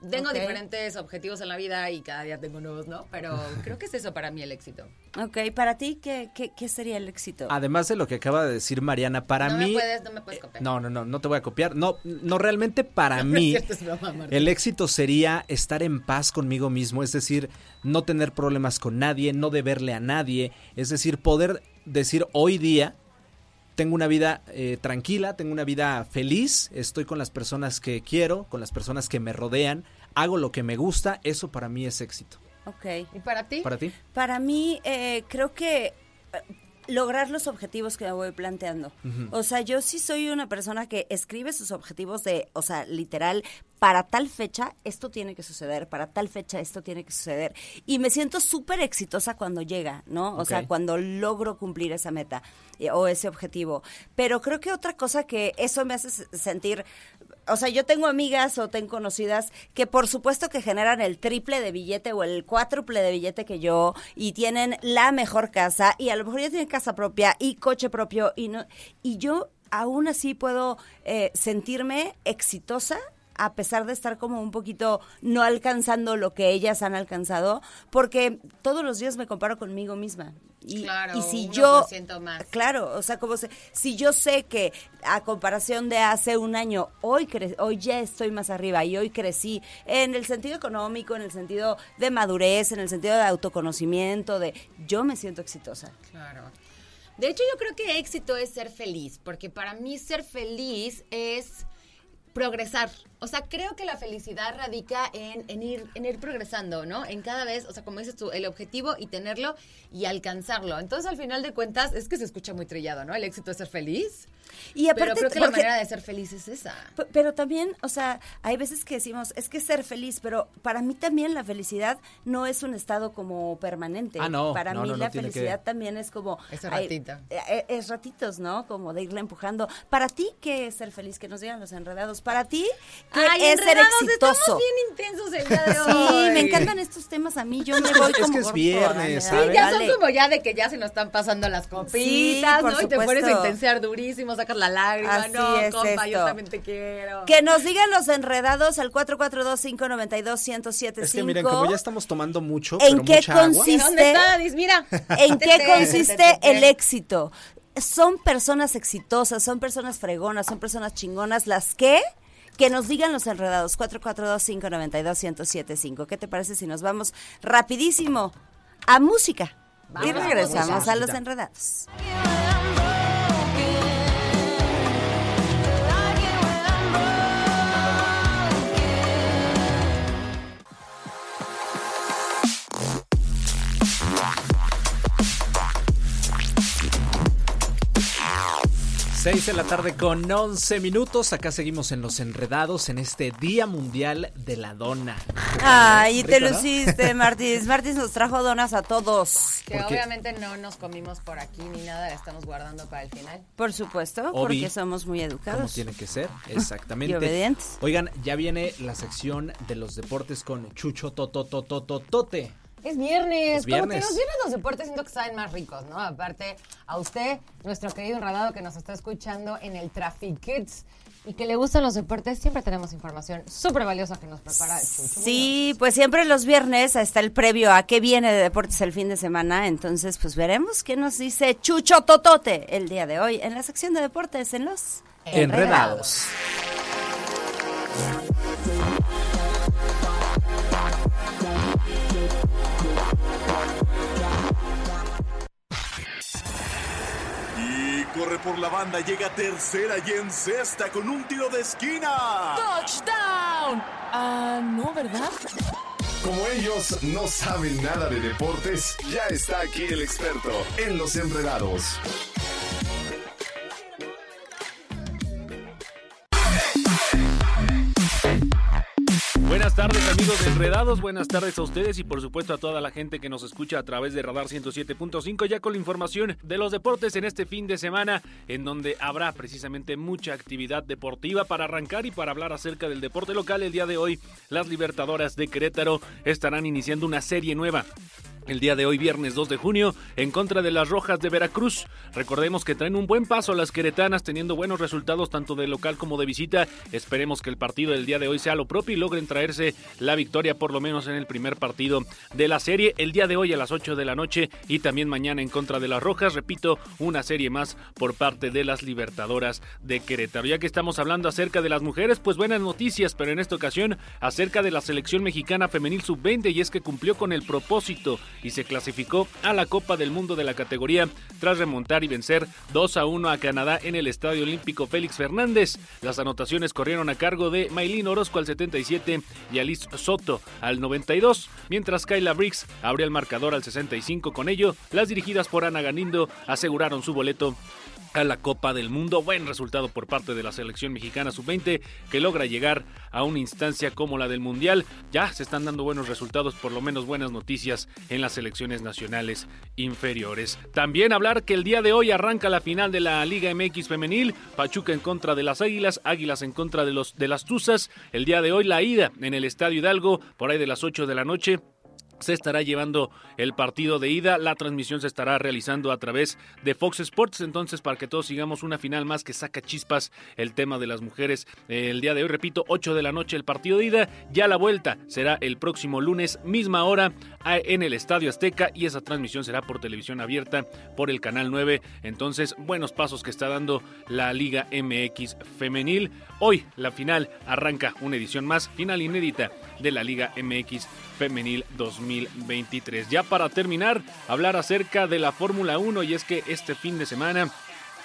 Tengo ok. diferentes objetivos en la vida y cada día tengo nuevos, ¿no? (laughs) Pero creo que es eso para mí el éxito. Ok, para ti, ¿qué, qué, qué sería el éxito? Además de lo que acaba de decir Mariana, para no mí... me puedes, no me eh, puedes copiar. No, no, no, no te voy a copiar. No, no realmente para (laughs) No es mí. cierto, es broma, Marta. El éxito sería estar en paz conmigo mismo, es decir, no tener problemas con nadie, no deberle a nadie, es decir, poder decir hoy día tengo una vida eh, tranquila, tengo una vida feliz, estoy con las personas que quiero, con las personas que me rodean, hago lo que me gusta, eso para mí es éxito. Ok. ¿Y para ti? Para ti, Para mí, eh, creo que eh, lograr los objetivos que me voy planteando. O sea, yo sí soy una persona que escribe sus objetivos de, o sea, literal, para tal fecha esto tiene que suceder, para tal fecha esto tiene que suceder. Y me siento súper exitosa cuando llega, ¿no? O sea, Ok. cuando logro cumplir esa meta eh, o ese objetivo. Pero creo que otra cosa que eso me hace s- sentir, o sea, yo tengo amigas o tengo conocidas que por supuesto que generan el triple de billete o el cuádruple de billete que yo y tienen la mejor casa y a lo mejor ya tienen casa propia y coche propio y no y yo aún así puedo eh, sentirme exitosa a pesar de estar como un poquito no alcanzando lo que ellas han alcanzado, porque todos los días me comparo conmigo misma. Y, Claro, y si 1% yo más. Claro, o sea, como se- si yo sé que a comparación de hace un año, hoy, cre- hoy ya estoy más arriba y hoy crecí en el sentido económico, en el sentido de madurez, en el sentido de autoconocimiento, de yo me siento exitosa. Claro. De hecho, yo creo que éxito es ser feliz, porque para mí ser feliz es progresar. O sea, creo que la felicidad radica en, en ir, en ir progresando, ¿no? En cada vez, o sea, como dices tú, el objetivo y tenerlo y alcanzarlo. Entonces, al final de cuentas, es que se escucha muy trillado, ¿no? El éxito es ser feliz. Y pero creo que la porque- manera de ser feliz es esa. P- Pero también, o sea, hay veces que decimos, es que ser feliz, pero para mí también la felicidad no es un estado como permanente. Ah, no, Para no, mí no, no la tiene que- felicidad también es como... Ese ay, ratito. eh, eh, es ratitos, ¿no? Como de irla empujando. Para ti, ¿qué es ser feliz? Que nos digan los enredados. Para ti, ¿qué Ay, es ser enredados, exitoso? Estamos bien intensos el día de hoy. Sí, me encantan estos temas a mí. Yo me voy es como que es gordo, viernes, Ana. Sí, Sí, ¿sabes? ya son como ya de que ya se nos están pasando las copitas, Sí, ¿no? por Y te pones a supuesto. intensear durísimo, sacas la lágrima, Así no, es compa, yo esto. también te quiero. Que nos digan los enredados al 442-592-1075. Es que miren, como ya estamos tomando mucho, ¿En pero qué mucha agua. consiste? ¿Dónde está? Dice, mira. (laughs) ¿En Te- qué te- consiste (laughs) te- te- el éxito? Son personas exitosas, son personas fregonas, son personas chingonas, las que que nos digan los enredados 442-592-1075. ¿Qué te parece si nos vamos rapidísimo a música? y Vamos, regresamos música. a los enredados. Seis de la tarde con 11 minutos. Acá seguimos en Los Enredados en este Día Mundial de la Dona. Ay, te Rico, ¿no? luciste, Martins. Martins nos trajo donas a todos. Que Porque- obviamente no nos comimos por aquí ni nada, la estamos guardando para el final. Por supuesto, Obi. porque somos muy Como educados. tiene que ser, (laughs) exactamente. Y obedientes. Oigan, ya viene la sección de los deportes con Chucho Tototototote. Es viernes. Es viernes. Como que los viernes los deportes siento que saben más ricos, ¿no? Aparte, a usted, nuestro querido enredado que nos está escuchando en el Traffic Kids y que le gustan los deportes, siempre tenemos información súper valiosa que nos prepara Chucho. Sí, pues siempre los viernes está el previo a qué viene de deportes el fin de semana, entonces pues veremos qué nos dice Chucho Totote el día de hoy en la sección de deportes en los Enredados. Y corre por la banda, llega tercera y en sexta con un tiro de esquina. Touchdown. Ah, no, ¿verdad? Como ellos no saben nada de deportes, ya está aquí el experto en los enredados. Buenas tardes amigos de enredados, buenas tardes a ustedes y por supuesto a toda la gente que nos escucha a través de Radar 107.5 ya con la información de los deportes en este fin de semana en donde este, habrá precisamente mucha actividad deportiva para arrancar y para hablar acerca del deporte local el día de hoy las Libertadoras de Querétaro estarán iniciando una serie nueva el día de hoy, viernes 2 de junio, en contra de las Rojas de Veracruz. Recordemos que traen un buen paso las queretanas, teniendo buenos resultados tanto de local como de visita. Esperemos que el partido del día de hoy sea lo propio y logren traerse la victoria, por lo menos en el primer partido de la serie. El día de hoy a las 8 de la noche y también mañana en contra de las Rojas. Repito, una serie más por parte de las Libertadoras de Querétaro. Ya que estamos hablando acerca de las mujeres, pues buenas noticias, pero en esta ocasión acerca de la selección mexicana femenil sub-20 y es que cumplió con el propósito y se clasificó a la Copa del Mundo de la categoría tras remontar y vencer 2 a 1 a Canadá en el Estadio Olímpico Félix Fernández. Las anotaciones corrieron a cargo de Maylin Orozco al 77 y Alice Soto al 92, mientras Kyla Briggs abrió el marcador al 65. Con ello, las dirigidas por Ana Galindo aseguraron su boleto a la Copa del Mundo. Buen resultado por parte de la selección mexicana sub-20 que logra llegar a una instancia como la del Mundial. Ya se están dando buenos resultados, por lo menos buenas noticias en las selecciones nacionales inferiores. También hablar que el día de hoy arranca la final de la Liga MX femenil. Pachuca en contra de las Águilas, Águilas en contra de, los, de las Tuzas. El día de hoy la ida en el Estadio Hidalgo por ahí de las 8 de la noche. se estará llevando el partido de ida. La transmisión se estará realizando a través de Fox Sports. Entonces, para que todos sigamos una final más que saca chispas el tema de las mujeres eh, el día de hoy. Repito, 8 de la noche el partido de ida. Ya la vuelta será el próximo lunes, misma hora, a- en el Estadio Azteca. Y esa transmisión será por televisión abierta por el Canal 9. Entonces, buenos pasos que está dando la Liga MX Femenil. Hoy la final arranca una edición más, final inédita de la Liga MX Femenil 2023. Ya para terminar, hablar acerca de la Fórmula 1 y es que este fin de semana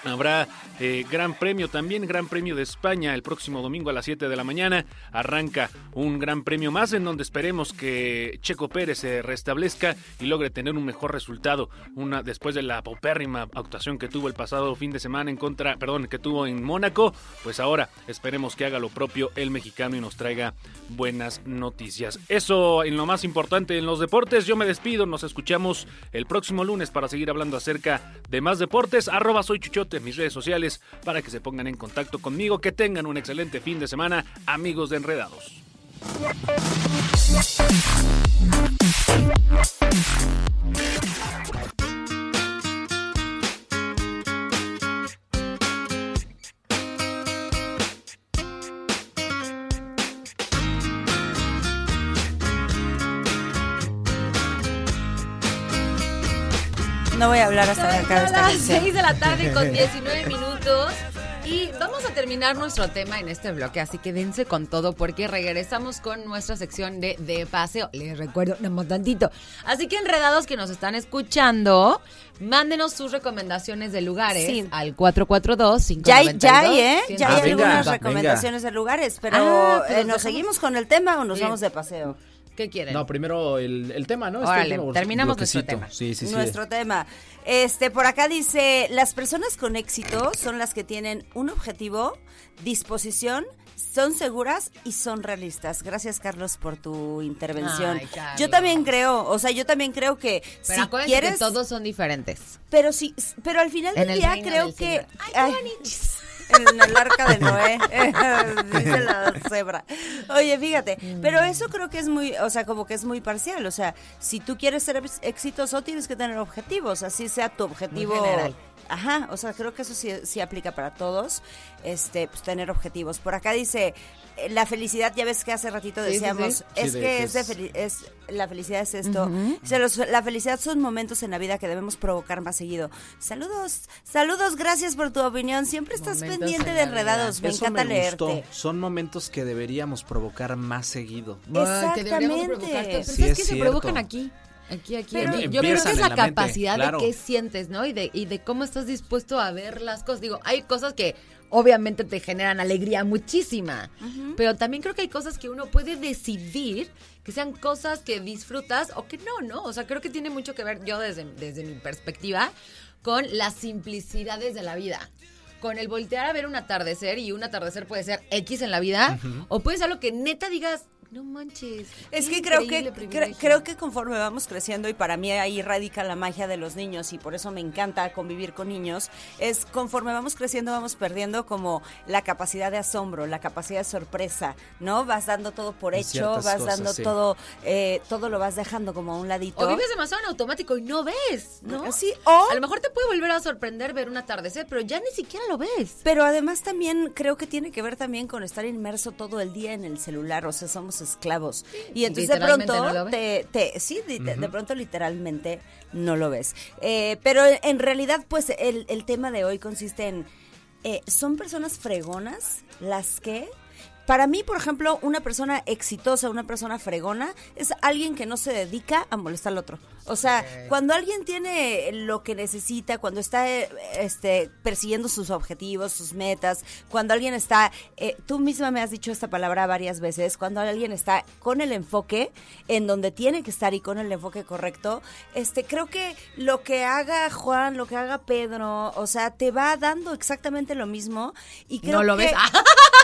Habrá eh, gran premio también, gran premio de España el próximo domingo a las 7 de la mañana. Arranca un gran premio más en donde esperemos que Checo Pérez se restablezca y logre tener un mejor resultado. Una, después de la paupérrima actuación que tuvo el pasado fin de semana en contra, perdón, que tuvo en Mónaco, pues ahora esperemos que haga lo propio el mexicano y nos traiga buenas noticias. Eso en lo más importante en los deportes. Yo me despido, nos escuchamos el próximo lunes para seguir hablando acerca de más deportes. Arroba soy Chuchote, mis redes sociales, para que se pongan en contacto conmigo. Que tengan un excelente fin de semana, amigos de Enredados. No voy a hablar hasta que acabe Son esta las canción. 6 de la tarde (laughs) con 19 minutos. Y vamos a terminar nuestro tema en este bloque, así que dense con todo porque regresamos con nuestra sección de, de paseo. Les recuerdo, nada más tantito. Así que enredados que nos están escuchando, mándenos sus recomendaciones de lugares Sí. al 442 Ya hay, 592 ya hay, ¿eh? Ya hay Ah, venga. algunas recomendaciones de lugares, pero, Ah, pero eh, nos ¿nos dejamos- seguimos con el tema o nos Bien. vamos de paseo? ¿Qué quieren? No, primero el, el tema, ¿no? Este Órale, último terminamos nuestro bloquecito. tema. Sí, sí, sí. Nuestro tema. Este, por acá dice, las personas con éxito son las que tienen un objetivo, disposición, son seguras y son realistas. Gracias, Carlos, por tu intervención. Ay, Carlos. yo también creo, o sea, yo también creo que Pero si acuérdense quieres... que todos son diferentes. Pero sí, pero al final En del el día reino creo del que... silver. Ay, (laughs) en el arca de (laughs) Noé, (laughs) dice la cebra. Oye, fíjate, pero Mm. eso creo que es muy, o sea, como que es muy parcial. O sea, si tú quieres ser ex- exitoso, tienes que tener objetivos, así sea tu objetivo. general. Ajá, o sea, creo que eso sí, sí aplica para todos, este, pues tener objetivos. Por acá dice, eh, la felicidad, ya ves que hace ratito Sí, sí, decíamos, sí. es Sí, de que que es, de es- fel- es la felicidad es esto. Ujú. Se los- la felicidad son momentos en la vida que debemos provocar más seguido. Saludos, saludos, gracias por tu opinión. Siempre estás Momentos pendiente en de la vida. enredados, me Eso encanta me leerte. gustó. Son momentos que deberíamos provocar más seguido. Ay, que deberíamos Exactamente. provocar todo. Pero Sí, ¿sabes qué? es se cierto. provocan aquí. Aquí, aquí. Pero- aquí. yo creo Empiezan que es en la, la mente, capacidad claro. de qué sientes, ¿no? Y de, y de cómo estás dispuesto a ver las cosas. Digo, hay cosas que obviamente te generan alegría muchísima. Pero también creo que hay cosas que uno puede decidir que sean cosas que disfrutas o que no, ¿no? O sea, creo que tiene mucho que ver, yo desde, desde mi perspectiva, con las simplicidades de la vida. Con el voltear a ver un atardecer y un atardecer puede ser X en la vida o puede ser algo que neta digas, no manches. Es qué que creo que increíble cre- privilegio". creo que conforme vamos creciendo y para mí ahí radica la magia de los niños y por eso me encanta convivir con niños, es conforme vamos creciendo vamos perdiendo como la capacidad de asombro, la capacidad de sorpresa, ¿no? Vas dando todo por En hecho, vas ciertas cosas, dando sí. todo eh, todo lo vas dejando como a un ladito. O vives demasiado en automático y no ves, ¿no? Sí, o- A lo mejor te puede volver a sorprender ver un atardecer, pero ya ni siquiera lo ves. Pero además también creo que tiene que ver también con estar inmerso todo el día en el celular, o sea, somos esclavos. Y entonces de Literalmente pronto, no lo te, te- sí, de, de- de pronto literalmente no lo ves. Eh, pero en realidad, pues el, el tema de hoy consiste en, eh, son personas fregonas las que... Para mí, por ejemplo, una persona exitosa, una persona fregona, es alguien que no se dedica a molestar al otro. O sea, cuando alguien tiene lo que necesita, cuando está eh, este, persiguiendo sus objetivos, sus metas, cuando alguien está, eh, tú misma me has dicho esta palabra varias veces, cuando alguien está con el enfoque en donde tiene que estar y con el enfoque correcto, este, creo que lo que haga Juan, lo que haga Pedro, o sea, te va dando exactamente lo mismo y creo (laughs) No lo que- ves.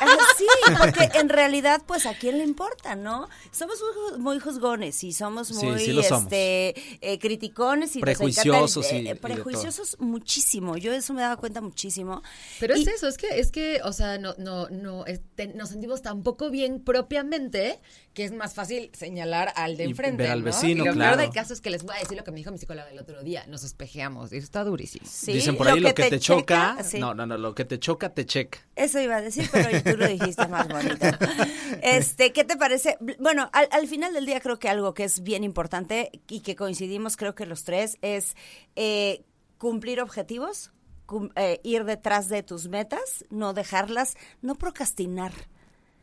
Ah, sí, por Porque en realidad, pues, ¿a quién le importa, no? Somos muy ju- muy juzgones y somos Sí, muy sí lo somos. este, eh, criticones y nos encanta el- eh, Prejuiciosos y- y de todo. prejuiciosos muchísimo. Yo eso me daba cuenta muchísimo. Pero es eso, es que, es que, o sea, no, no, no, este, nos sentimos tan poco bien propiamente que es más fácil señalar al de Y enfrente. ver al ¿no? vecino, y lo claro. peor del caso es que les voy a decir lo que me dijo mi psicóloga el otro día. Nos espejeamos. Y eso está durísimo. Dicen por ahí lo que te, choca. No, no, no, lo que te choca, te checa. Eso iba a decir, pero tú lo dijiste más (laughs) bonito. Este, ¿qué te parece? Bueno, al, al final del día creo que algo que es bien importante y que coincidimos, creo que los tres, es eh, cumplir objetivos, cum- eh, ir detrás de tus metas, no dejarlas, no procrastinar.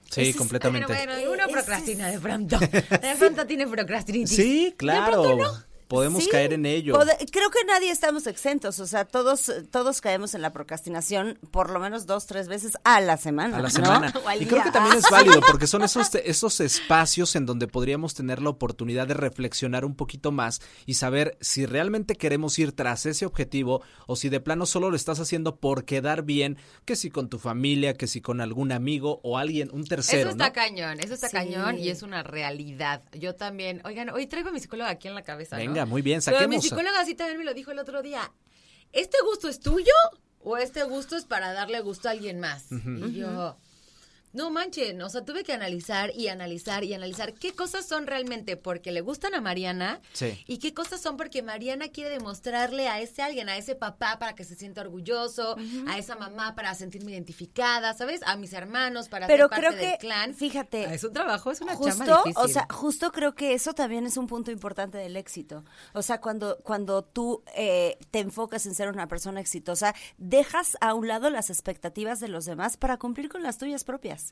Sí, Ese es- completamente. Bueno, bueno, uno procrastina de (laughs) pronto. De pronto tiene procrastinitis. sí, De claro. pronto no. Podemos Sí, caer en ello. pode- creo que nadie estamos exentos, o sea, todos todos caemos en la procrastinación por lo menos dos, tres veces a la semana. a la ¿no? semana. (laughs) O al Y creo que día. también es válido porque son esos, te- esos espacios en donde podríamos tener la oportunidad de reflexionar un poquito más y saber si realmente queremos ir tras ese objetivo o si de plano solo lo estás haciendo por quedar bien, que si con tu familia, que si con algún amigo o alguien, un tercero. Eso está ¿no? cañón, eso está Sí. cañón y es una realidad. Yo también, oigan, hoy traigo a mi psicóloga aquí en la cabeza. ¿no? Venga, muy bien, Pero mi saquemos. psicóloga sí también me lo dijo el otro día. ¿Este gusto es tuyo o este gusto es para darle gusto a alguien más? Ujú. Y yo, no manchen, o sea, tuve que analizar y analizar y analizar qué cosas son realmente porque le gustan a Mariana Sí. y qué cosas son porque Mariana quiere demostrarle a ese alguien, a ese papá para que se sienta orgulloso, a esa mamá para sentirme identificada, ¿sabes? A mis hermanos para Pero ser parte creo del que, clan. fíjate, Ah, Es un trabajo, es una justo, chamba difícil. o sea, justo creo que eso también es un punto importante del éxito. O sea, cuando cuando tú eh, te enfocas en ser una persona exitosa, dejas a un lado las expectativas de los demás para cumplir con las tuyas propias.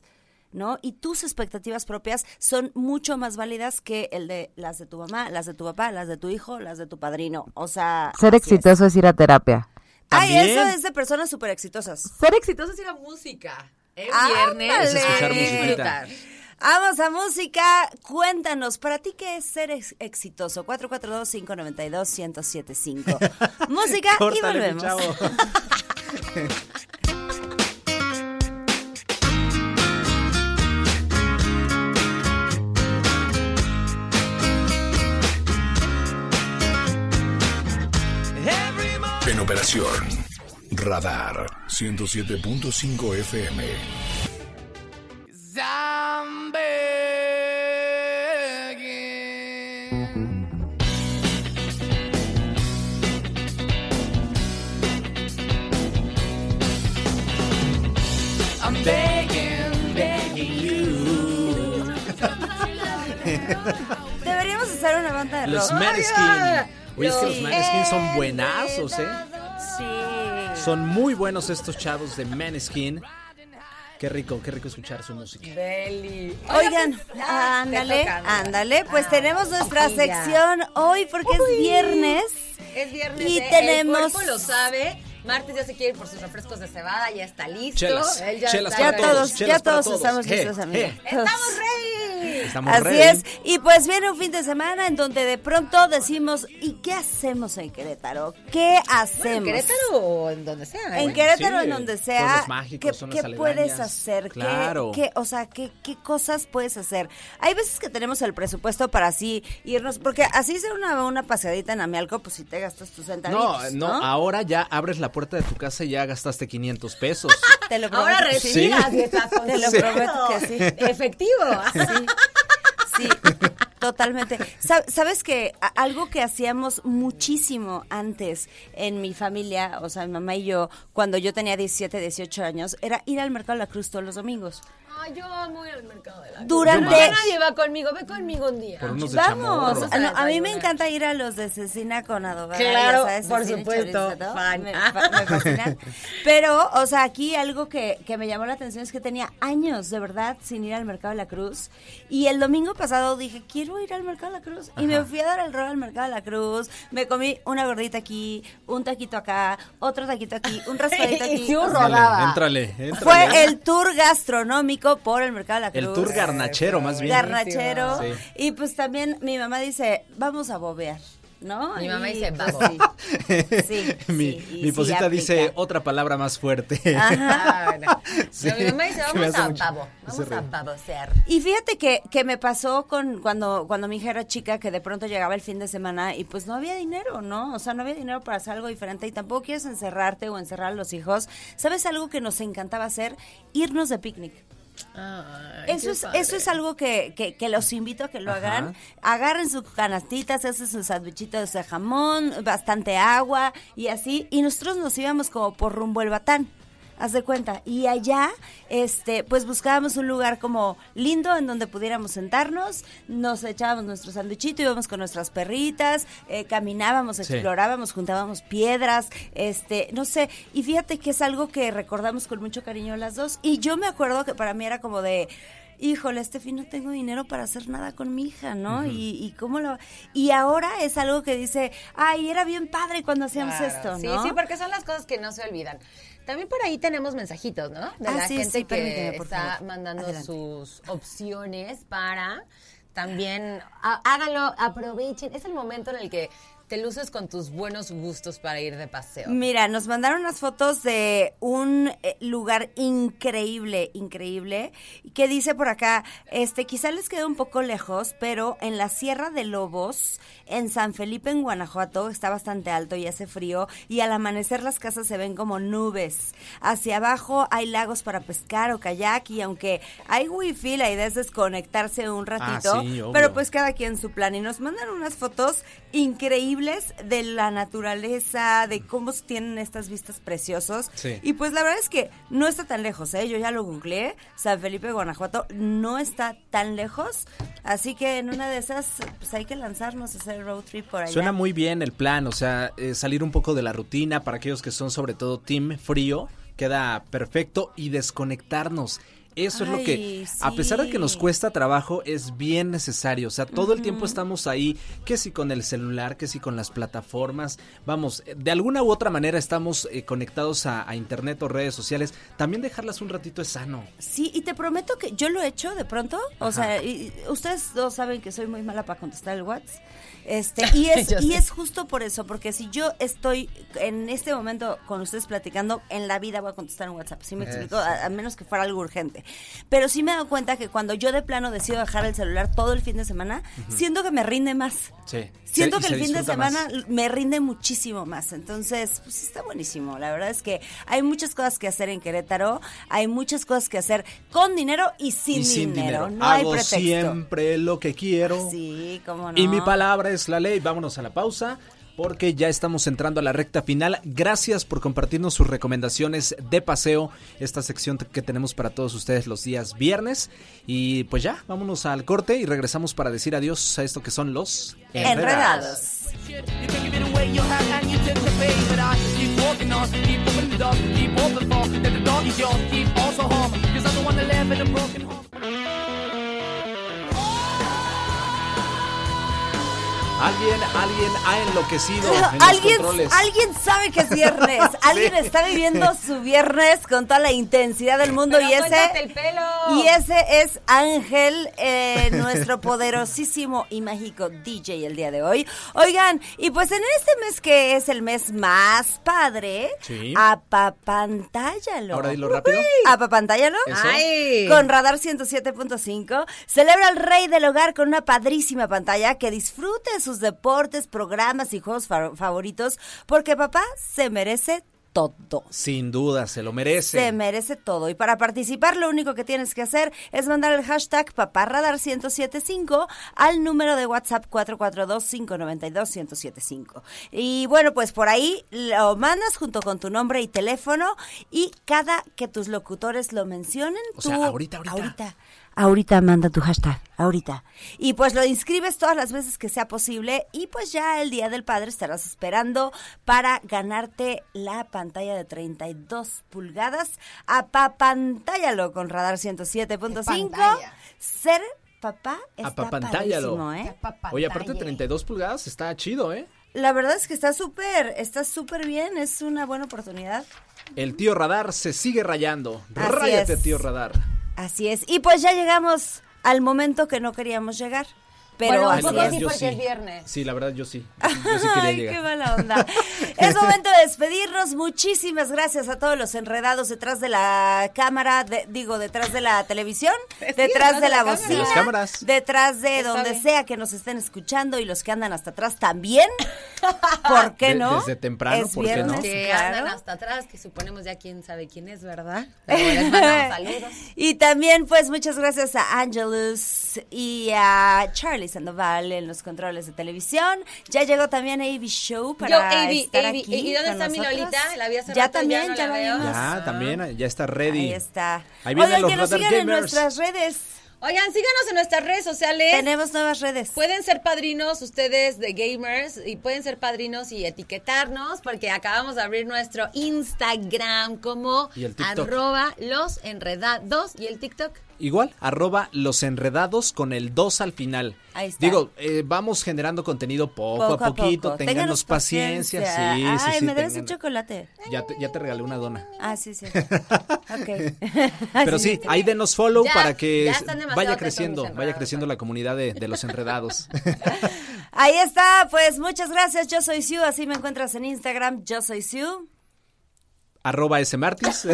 ¿No? Y tus expectativas propias son mucho más válidas que el de las de tu mamá, las de tu papá, las de tu hijo, las de tu padrino. O sea, Ser exitoso es ir a terapia. ay, También. eso es de personas súper exitosas. Ser exitoso es ir a música. Es viernes. Ándale. Es escuchar musiquita. Vamos a música. Cuéntanos, ¿para ti qué es ser ex- exitoso? (laughs) 442-592-1075. música y Córtale, mi volvemos. chavo. En operación. Radar 107.5 FM. I'm begging. I'm begging, begging you. (laughs) Deberíamos hacer una banda de Los rock. Maneskin. Oye, es que los Sí. Maneskin son buenazos, ¿eh? Sí. Son muy buenos estos chavos de Maneskin. Qué rico, qué rico escuchar su música. Beli. ah, Oigan, ándale, ándale, pues tenemos nuestra sí, Ah, ya. sección hoy porque es viernes. Es viernes. Y ¿eh? tenemos- El cuerpo lo sabe. Martes ya se quiere ir por sus refrescos de cebada, ya está listo. Chelas, Él ya chelas está Ya para todos, todos, chelas ya para todos, todos. Eh, estamos Je, listos, je. amigos. ¡Estamos ready! Estamos Así ready. es. Y pues viene un fin de semana en donde de pronto decimos, ¿y qué hacemos en Querétaro? ¿Qué hacemos? En Querétaro o en donde sea. En ¿eh? Querétaro, Sí, en donde pueblos sea, mágicos, ¿qué, zonas qué aledañas. puedes hacer? ¿Qué- Claro. qué- o sea, ¿qué, ¿qué cosas puedes hacer? Hay veces que tenemos el presupuesto para así irnos, porque así hacer una, una paseadita en Amialco, pues si te gastas tus No, centavitos, no, ah. ¿no? ahora ya abres la puerta de tu casa y ya gastaste 500 pesos. Te lo prometo. Ahora que sí. retiras y (laughs) estás Te lo contento. prometo que sí. Efectivo. (laughs) Sí, totalmente. Sa- Sabes que a- algo que hacíamos muchísimo antes en mi familia, o sea, mi mamá y yo, cuando yo tenía 17, 18 años, era ir al mercado de la Cruz todos los domingos. Ay, yo amo ir al mercado de la Durante- Ya nadie va conmigo, ve conmigo un día. Por unos de chamorro. Vamos, a, Ah, no, a mí me desayunar. encanta ir a los de cecina con adobada. ya Claro, sabes, por cecina y supuesto, chorizo, ¿no? fan. Me, fa- me (laughs) fascinan. Pero, o sea, aquí algo que, que me llamó la atención es que tenía años, de verdad, sin ir al Mercado de la Cruz. Y el domingo pasado dije, quiero ir al Mercado de la Cruz. Y me fui a dar el rol al Mercado de la Cruz. Me comí una gordita aquí, un taquito acá, otro taquito aquí, (laughs) un raspadito Y aquí. sí, un O sea, rodaba. Éntrale, éntrale. ¿eh? Fue (laughs) el tour gastronómico por el Mercado de la Cruz. El tour garnachero, más bien. Garnachero. Sí. Y pues también mi mamá dice, vamos a bobear. ¿no? Mi mamá Y, dice pues, babo. (laughs) Sí, mi sí, y mi sí posita aplica. dice "Oh". otra palabra más fuerte. Ah, Ajá. No, (laughs) Sí, mi mamá dice, que me vamos hace a mucho- pavo, ese vamos a ruido. pavosear. Y fíjate que, que me pasó con cuando, cuando mi hija era chica, que de pronto llegaba el fin de semana y pues no había dinero, ¿no? O sea, no había dinero para hacer algo diferente y tampoco quieres encerrarte o encerrar a los hijos. ¿Sabes algo que nos encantaba hacer? Irnos de picnic. Eso es, eso es algo que, que- que los invito a que lo Ajá. hagan. Agarren sus canastitas, hacen sus sandwichitos de jamón, bastante agua y así. Y nosotros nos íbamos como por rumbo el batán. Haz de cuenta. Y allá, este, pues buscábamos un lugar como lindo en donde pudiéramos sentarnos, nos echábamos nuestro sándwichito, íbamos con nuestras perritas, eh, caminábamos, Sí. explorábamos, juntábamos piedras, este, no sé. Y fíjate que es algo que recordamos con mucho cariño las dos. Y yo me acuerdo que para mí era como de, híjole, este fin no tengo dinero para hacer nada con mi hija, ¿no? Ujú. y, y cómo lo... Y ahora es algo que dice, ay, era bien padre cuando hacíamos Claro, esto, ¿no? Sí, sí, porque son las cosas que no se olvidan. También por ahí tenemos mensajitos, ¿no? De Ah, la sí, gente sí, que permíteme, por está favor. mandando Adelante. sus opciones para también há- háganlo, aprovechen. Es el momento en el que te luces con tus buenos gustos para ir de paseo. Mira, nos mandaron unas fotos de un eh, lugar increíble, increíble, que dice por acá, este, quizá les queda un poco lejos, pero en la Sierra de Lobos, en San Felipe, en Guanajuato, está bastante alto y hace frío, y al amanecer las casas se ven como nubes. Hacia abajo hay lagos para pescar o kayak, y aunque hay wifi, la idea es desconectarse un ratito, Ah, sí, obvio. pero pues cada quien su plan y nos mandan unas fotos increíbles de la naturaleza, de cómo tienen estas vistas preciosos. Sí. Y pues la verdad es que no está tan lejos, ¿eh? Yo ya lo googleé, San Felipe, Guanajuato, no está tan lejos, así que en una de esas pues hay que lanzarnos a hacer road trip por allá. Suena muy bien el plan, o sea, eh, salir un poco de la rutina para aquellos que son sobre todo team frío, queda perfecto y desconectarnos. Eso es lo Ay, que, a pesar de que nos sí. cuesta trabajo, es bien necesario. O sea, todo el tiempo estamos ahí, que si con el celular, que si con las plataformas. Vamos, eh, de alguna u otra manera estamos eh, conectados a, a internet o redes sociales. También dejarlas un ratito es sano. Sí, y te prometo que yo lo he hecho de pronto. O Ajá. sea, y- y ustedes dos saben que soy muy mala para contestar el WhatsApp. (laughs) Este, y es, Yo y sé. es justo por eso, porque si yo estoy en este momento con ustedes platicando, en la vida voy a contestar un WhatsApp. ¿Sí me Eso explico? A, a menos que fuera algo urgente. Pero sí me he dado cuenta que cuando yo de plano decido dejar el celular todo el fin de semana, Ujú. siento que me rinde más. Sí. Siento que el fin de semana me rinde muchísimo más. Entonces, pues está buenísimo. La verdad es que hay muchas cosas que hacer en Querétaro. Hay muchas cosas que hacer con dinero y sin, y sin dinero. dinero. No hay Hago pretexto. siempre lo que quiero. Sí, cómo no. Y mi palabra es la ley. Vámonos a la pausa porque ya estamos entrando a la recta final. Gracias por compartirnos sus recomendaciones de paseo, esta sección que tenemos para todos ustedes los días viernes. Y pues ya, vámonos al corte y regresamos para decir adiós a esto que son los You taking it away, you have, and you take the bait. But I keep walking on, keep moving the dog, keep open for. That the dog is yours, keep also home. Cause I'm the one that live in a broken home. Alguien, alguien ha (laughs) enloquecido en los ¿Alguien, controles. alguien sabe que es (laughs) viernes. Alguien está viviendo su viernes con toda la intensidad (laughs) del mundo y ese suéltate el pelo. y ese es Ángel, eh, (laughs) nuestro poderosísimo y mágico DJ el día de hoy. Oigan, y pues en este mes que es el mes más padre, Sí. apapantállalo. Ahora dilo rápido. Apapantállalo. Eso. Ay. Con Radar 107.5 celebra al rey del hogar con una padrísima pantalla que disfrute de sus deportes, programas y juegos fa- favoritos porque papá se merece todo. Sin duda, se lo merece. Se merece todo. Y para participar, lo único que tienes que hacer es mandar el hashtag paparradar1075 al número de WhatsApp 442-592-1075. Y bueno, pues por ahí lo mandas junto con tu nombre y teléfono. Y cada que tus locutores lo mencionen, O tú. sea, ahorita, ahorita. Ahorita manda tu hashtag, ahorita. Y pues lo inscribes todas las veces que sea posible y pues ya el Día del Padre estarás esperando para ganarte la pantalla de 32 pulgadas. Apapantállalo con Radar 107.5. Ser papá está Apapantállalo. padrísimo, ¿eh? Oye, aparte 32 pulgadas está chido, ¿eh? La verdad es que está súper, está súper bien, es una buena oportunidad. El tío Radar se sigue rayando. Así Ráyate, es. tío Radar. Así es. Y pues ya llegamos al momento que no queríamos llegar. Pero bueno, así un poco es. sí porque es viernes. Sí, la verdad (laughs) yo sí. Yo sí quería Ay, llegar. qué mala onda. Es (laughs) momento de despedirnos. Muchísimas gracias a todos los enredados detrás de la cámara, de- digo, detrás de la televisión, detrás de la, cámara. bocina, Las cámaras. detrás de Está donde bien. sea que nos estén escuchando y los que andan hasta atrás también. ¿Por qué De- no? desde temprano, es ¿por qué no? viernes, Que claro. andan hasta atrás, que suponemos ya quién sabe quién es, (laughs) ¿verdad? Pero les mandamos saludos. Y también, pues, muchas gracias a Angelus y a Charlie Sandoval en los controles de televisión. Ya llegó también AB Show para Yo, Avi, estar Avi, aquí ¿y dónde con está mi nosotros. Lolita? La vi hace ya rato, ya también, no ya la la veo. vimos. Ya, también, ya está ready. Ahí está. Ahí vienen Oigan, los que nos Radar sigan en Gamers. nuestras redes. Oigan, síganos en nuestras redes sociales. Tenemos nuevas redes. Pueden ser padrinos ustedes de gamers y pueden ser padrinos y etiquetarnos porque acabamos de abrir nuestro Instagram como Y el TikTok. arroba los enredados y el TikTok. Igual, arroba los enredados con el 2 al final. Ahí está. Digo, eh, vamos generando contenido poco, Poco a poquito. poco. Ténganos, paciencia. Sí, Ay, sí, sí, me debes un tengan- chocolate. ya te, ya te regalé una dona. Ah, sí, (laughs) sí. (laughs) ok. Pero sí, ahí denos follow Ya, para que ya están demasiado vaya tetos creciendo, mis vaya enredados, creciendo la comunidad (laughs) de, de los enredados. (laughs) Ahí está, pues muchas gracias. Yo soy Sue, así me encuentras en Instagram. Yo soy Sue. arroba (laughs) ese martis.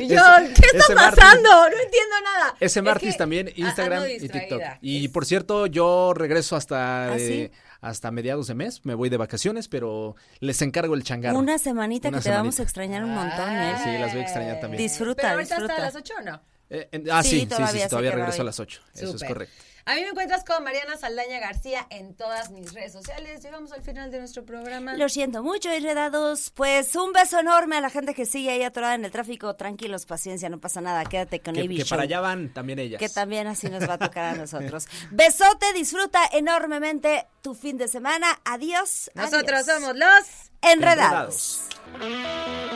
Y (laughs) yo, Ese- ¿qué está ese Martis- pasando? No entiendo nada. Ese Es martis que también, a- Instagram ando y TikTok. distraída. Y por cierto, yo regreso hasta ¿Ah, eh, sí? hasta mediados de mes, me voy de vacaciones, pero les encargo el changarro. Una semanita Una que te vamos semanita. Ah, a extrañar un montón, ¿eh? Sí, las voy a extrañar también. Disfruta, Pero ahorita disfruta. hasta las 8 o no. Eh, en- ah, Sí, sí, sí, sí, todavía sí, sé todavía que regreso voy. a las 8. Eso es Súper. correcto. A mí me encuentras con Mariana Saldaña García en todas mis redes sociales. Llegamos al final de nuestro programa. Lo siento mucho, enredados. Pues un beso enorme a la gente que sigue ahí atorada en el tráfico. Tranquilos, paciencia, no pasa nada. Quédate con Que, Avi que Show, para allá van también ellas. que también así nos va a tocar a nosotros. (laughs) Besote, disfruta enormemente tu fin de semana. Adiós. Nosotros adiós. somos los... enredados. Enredados.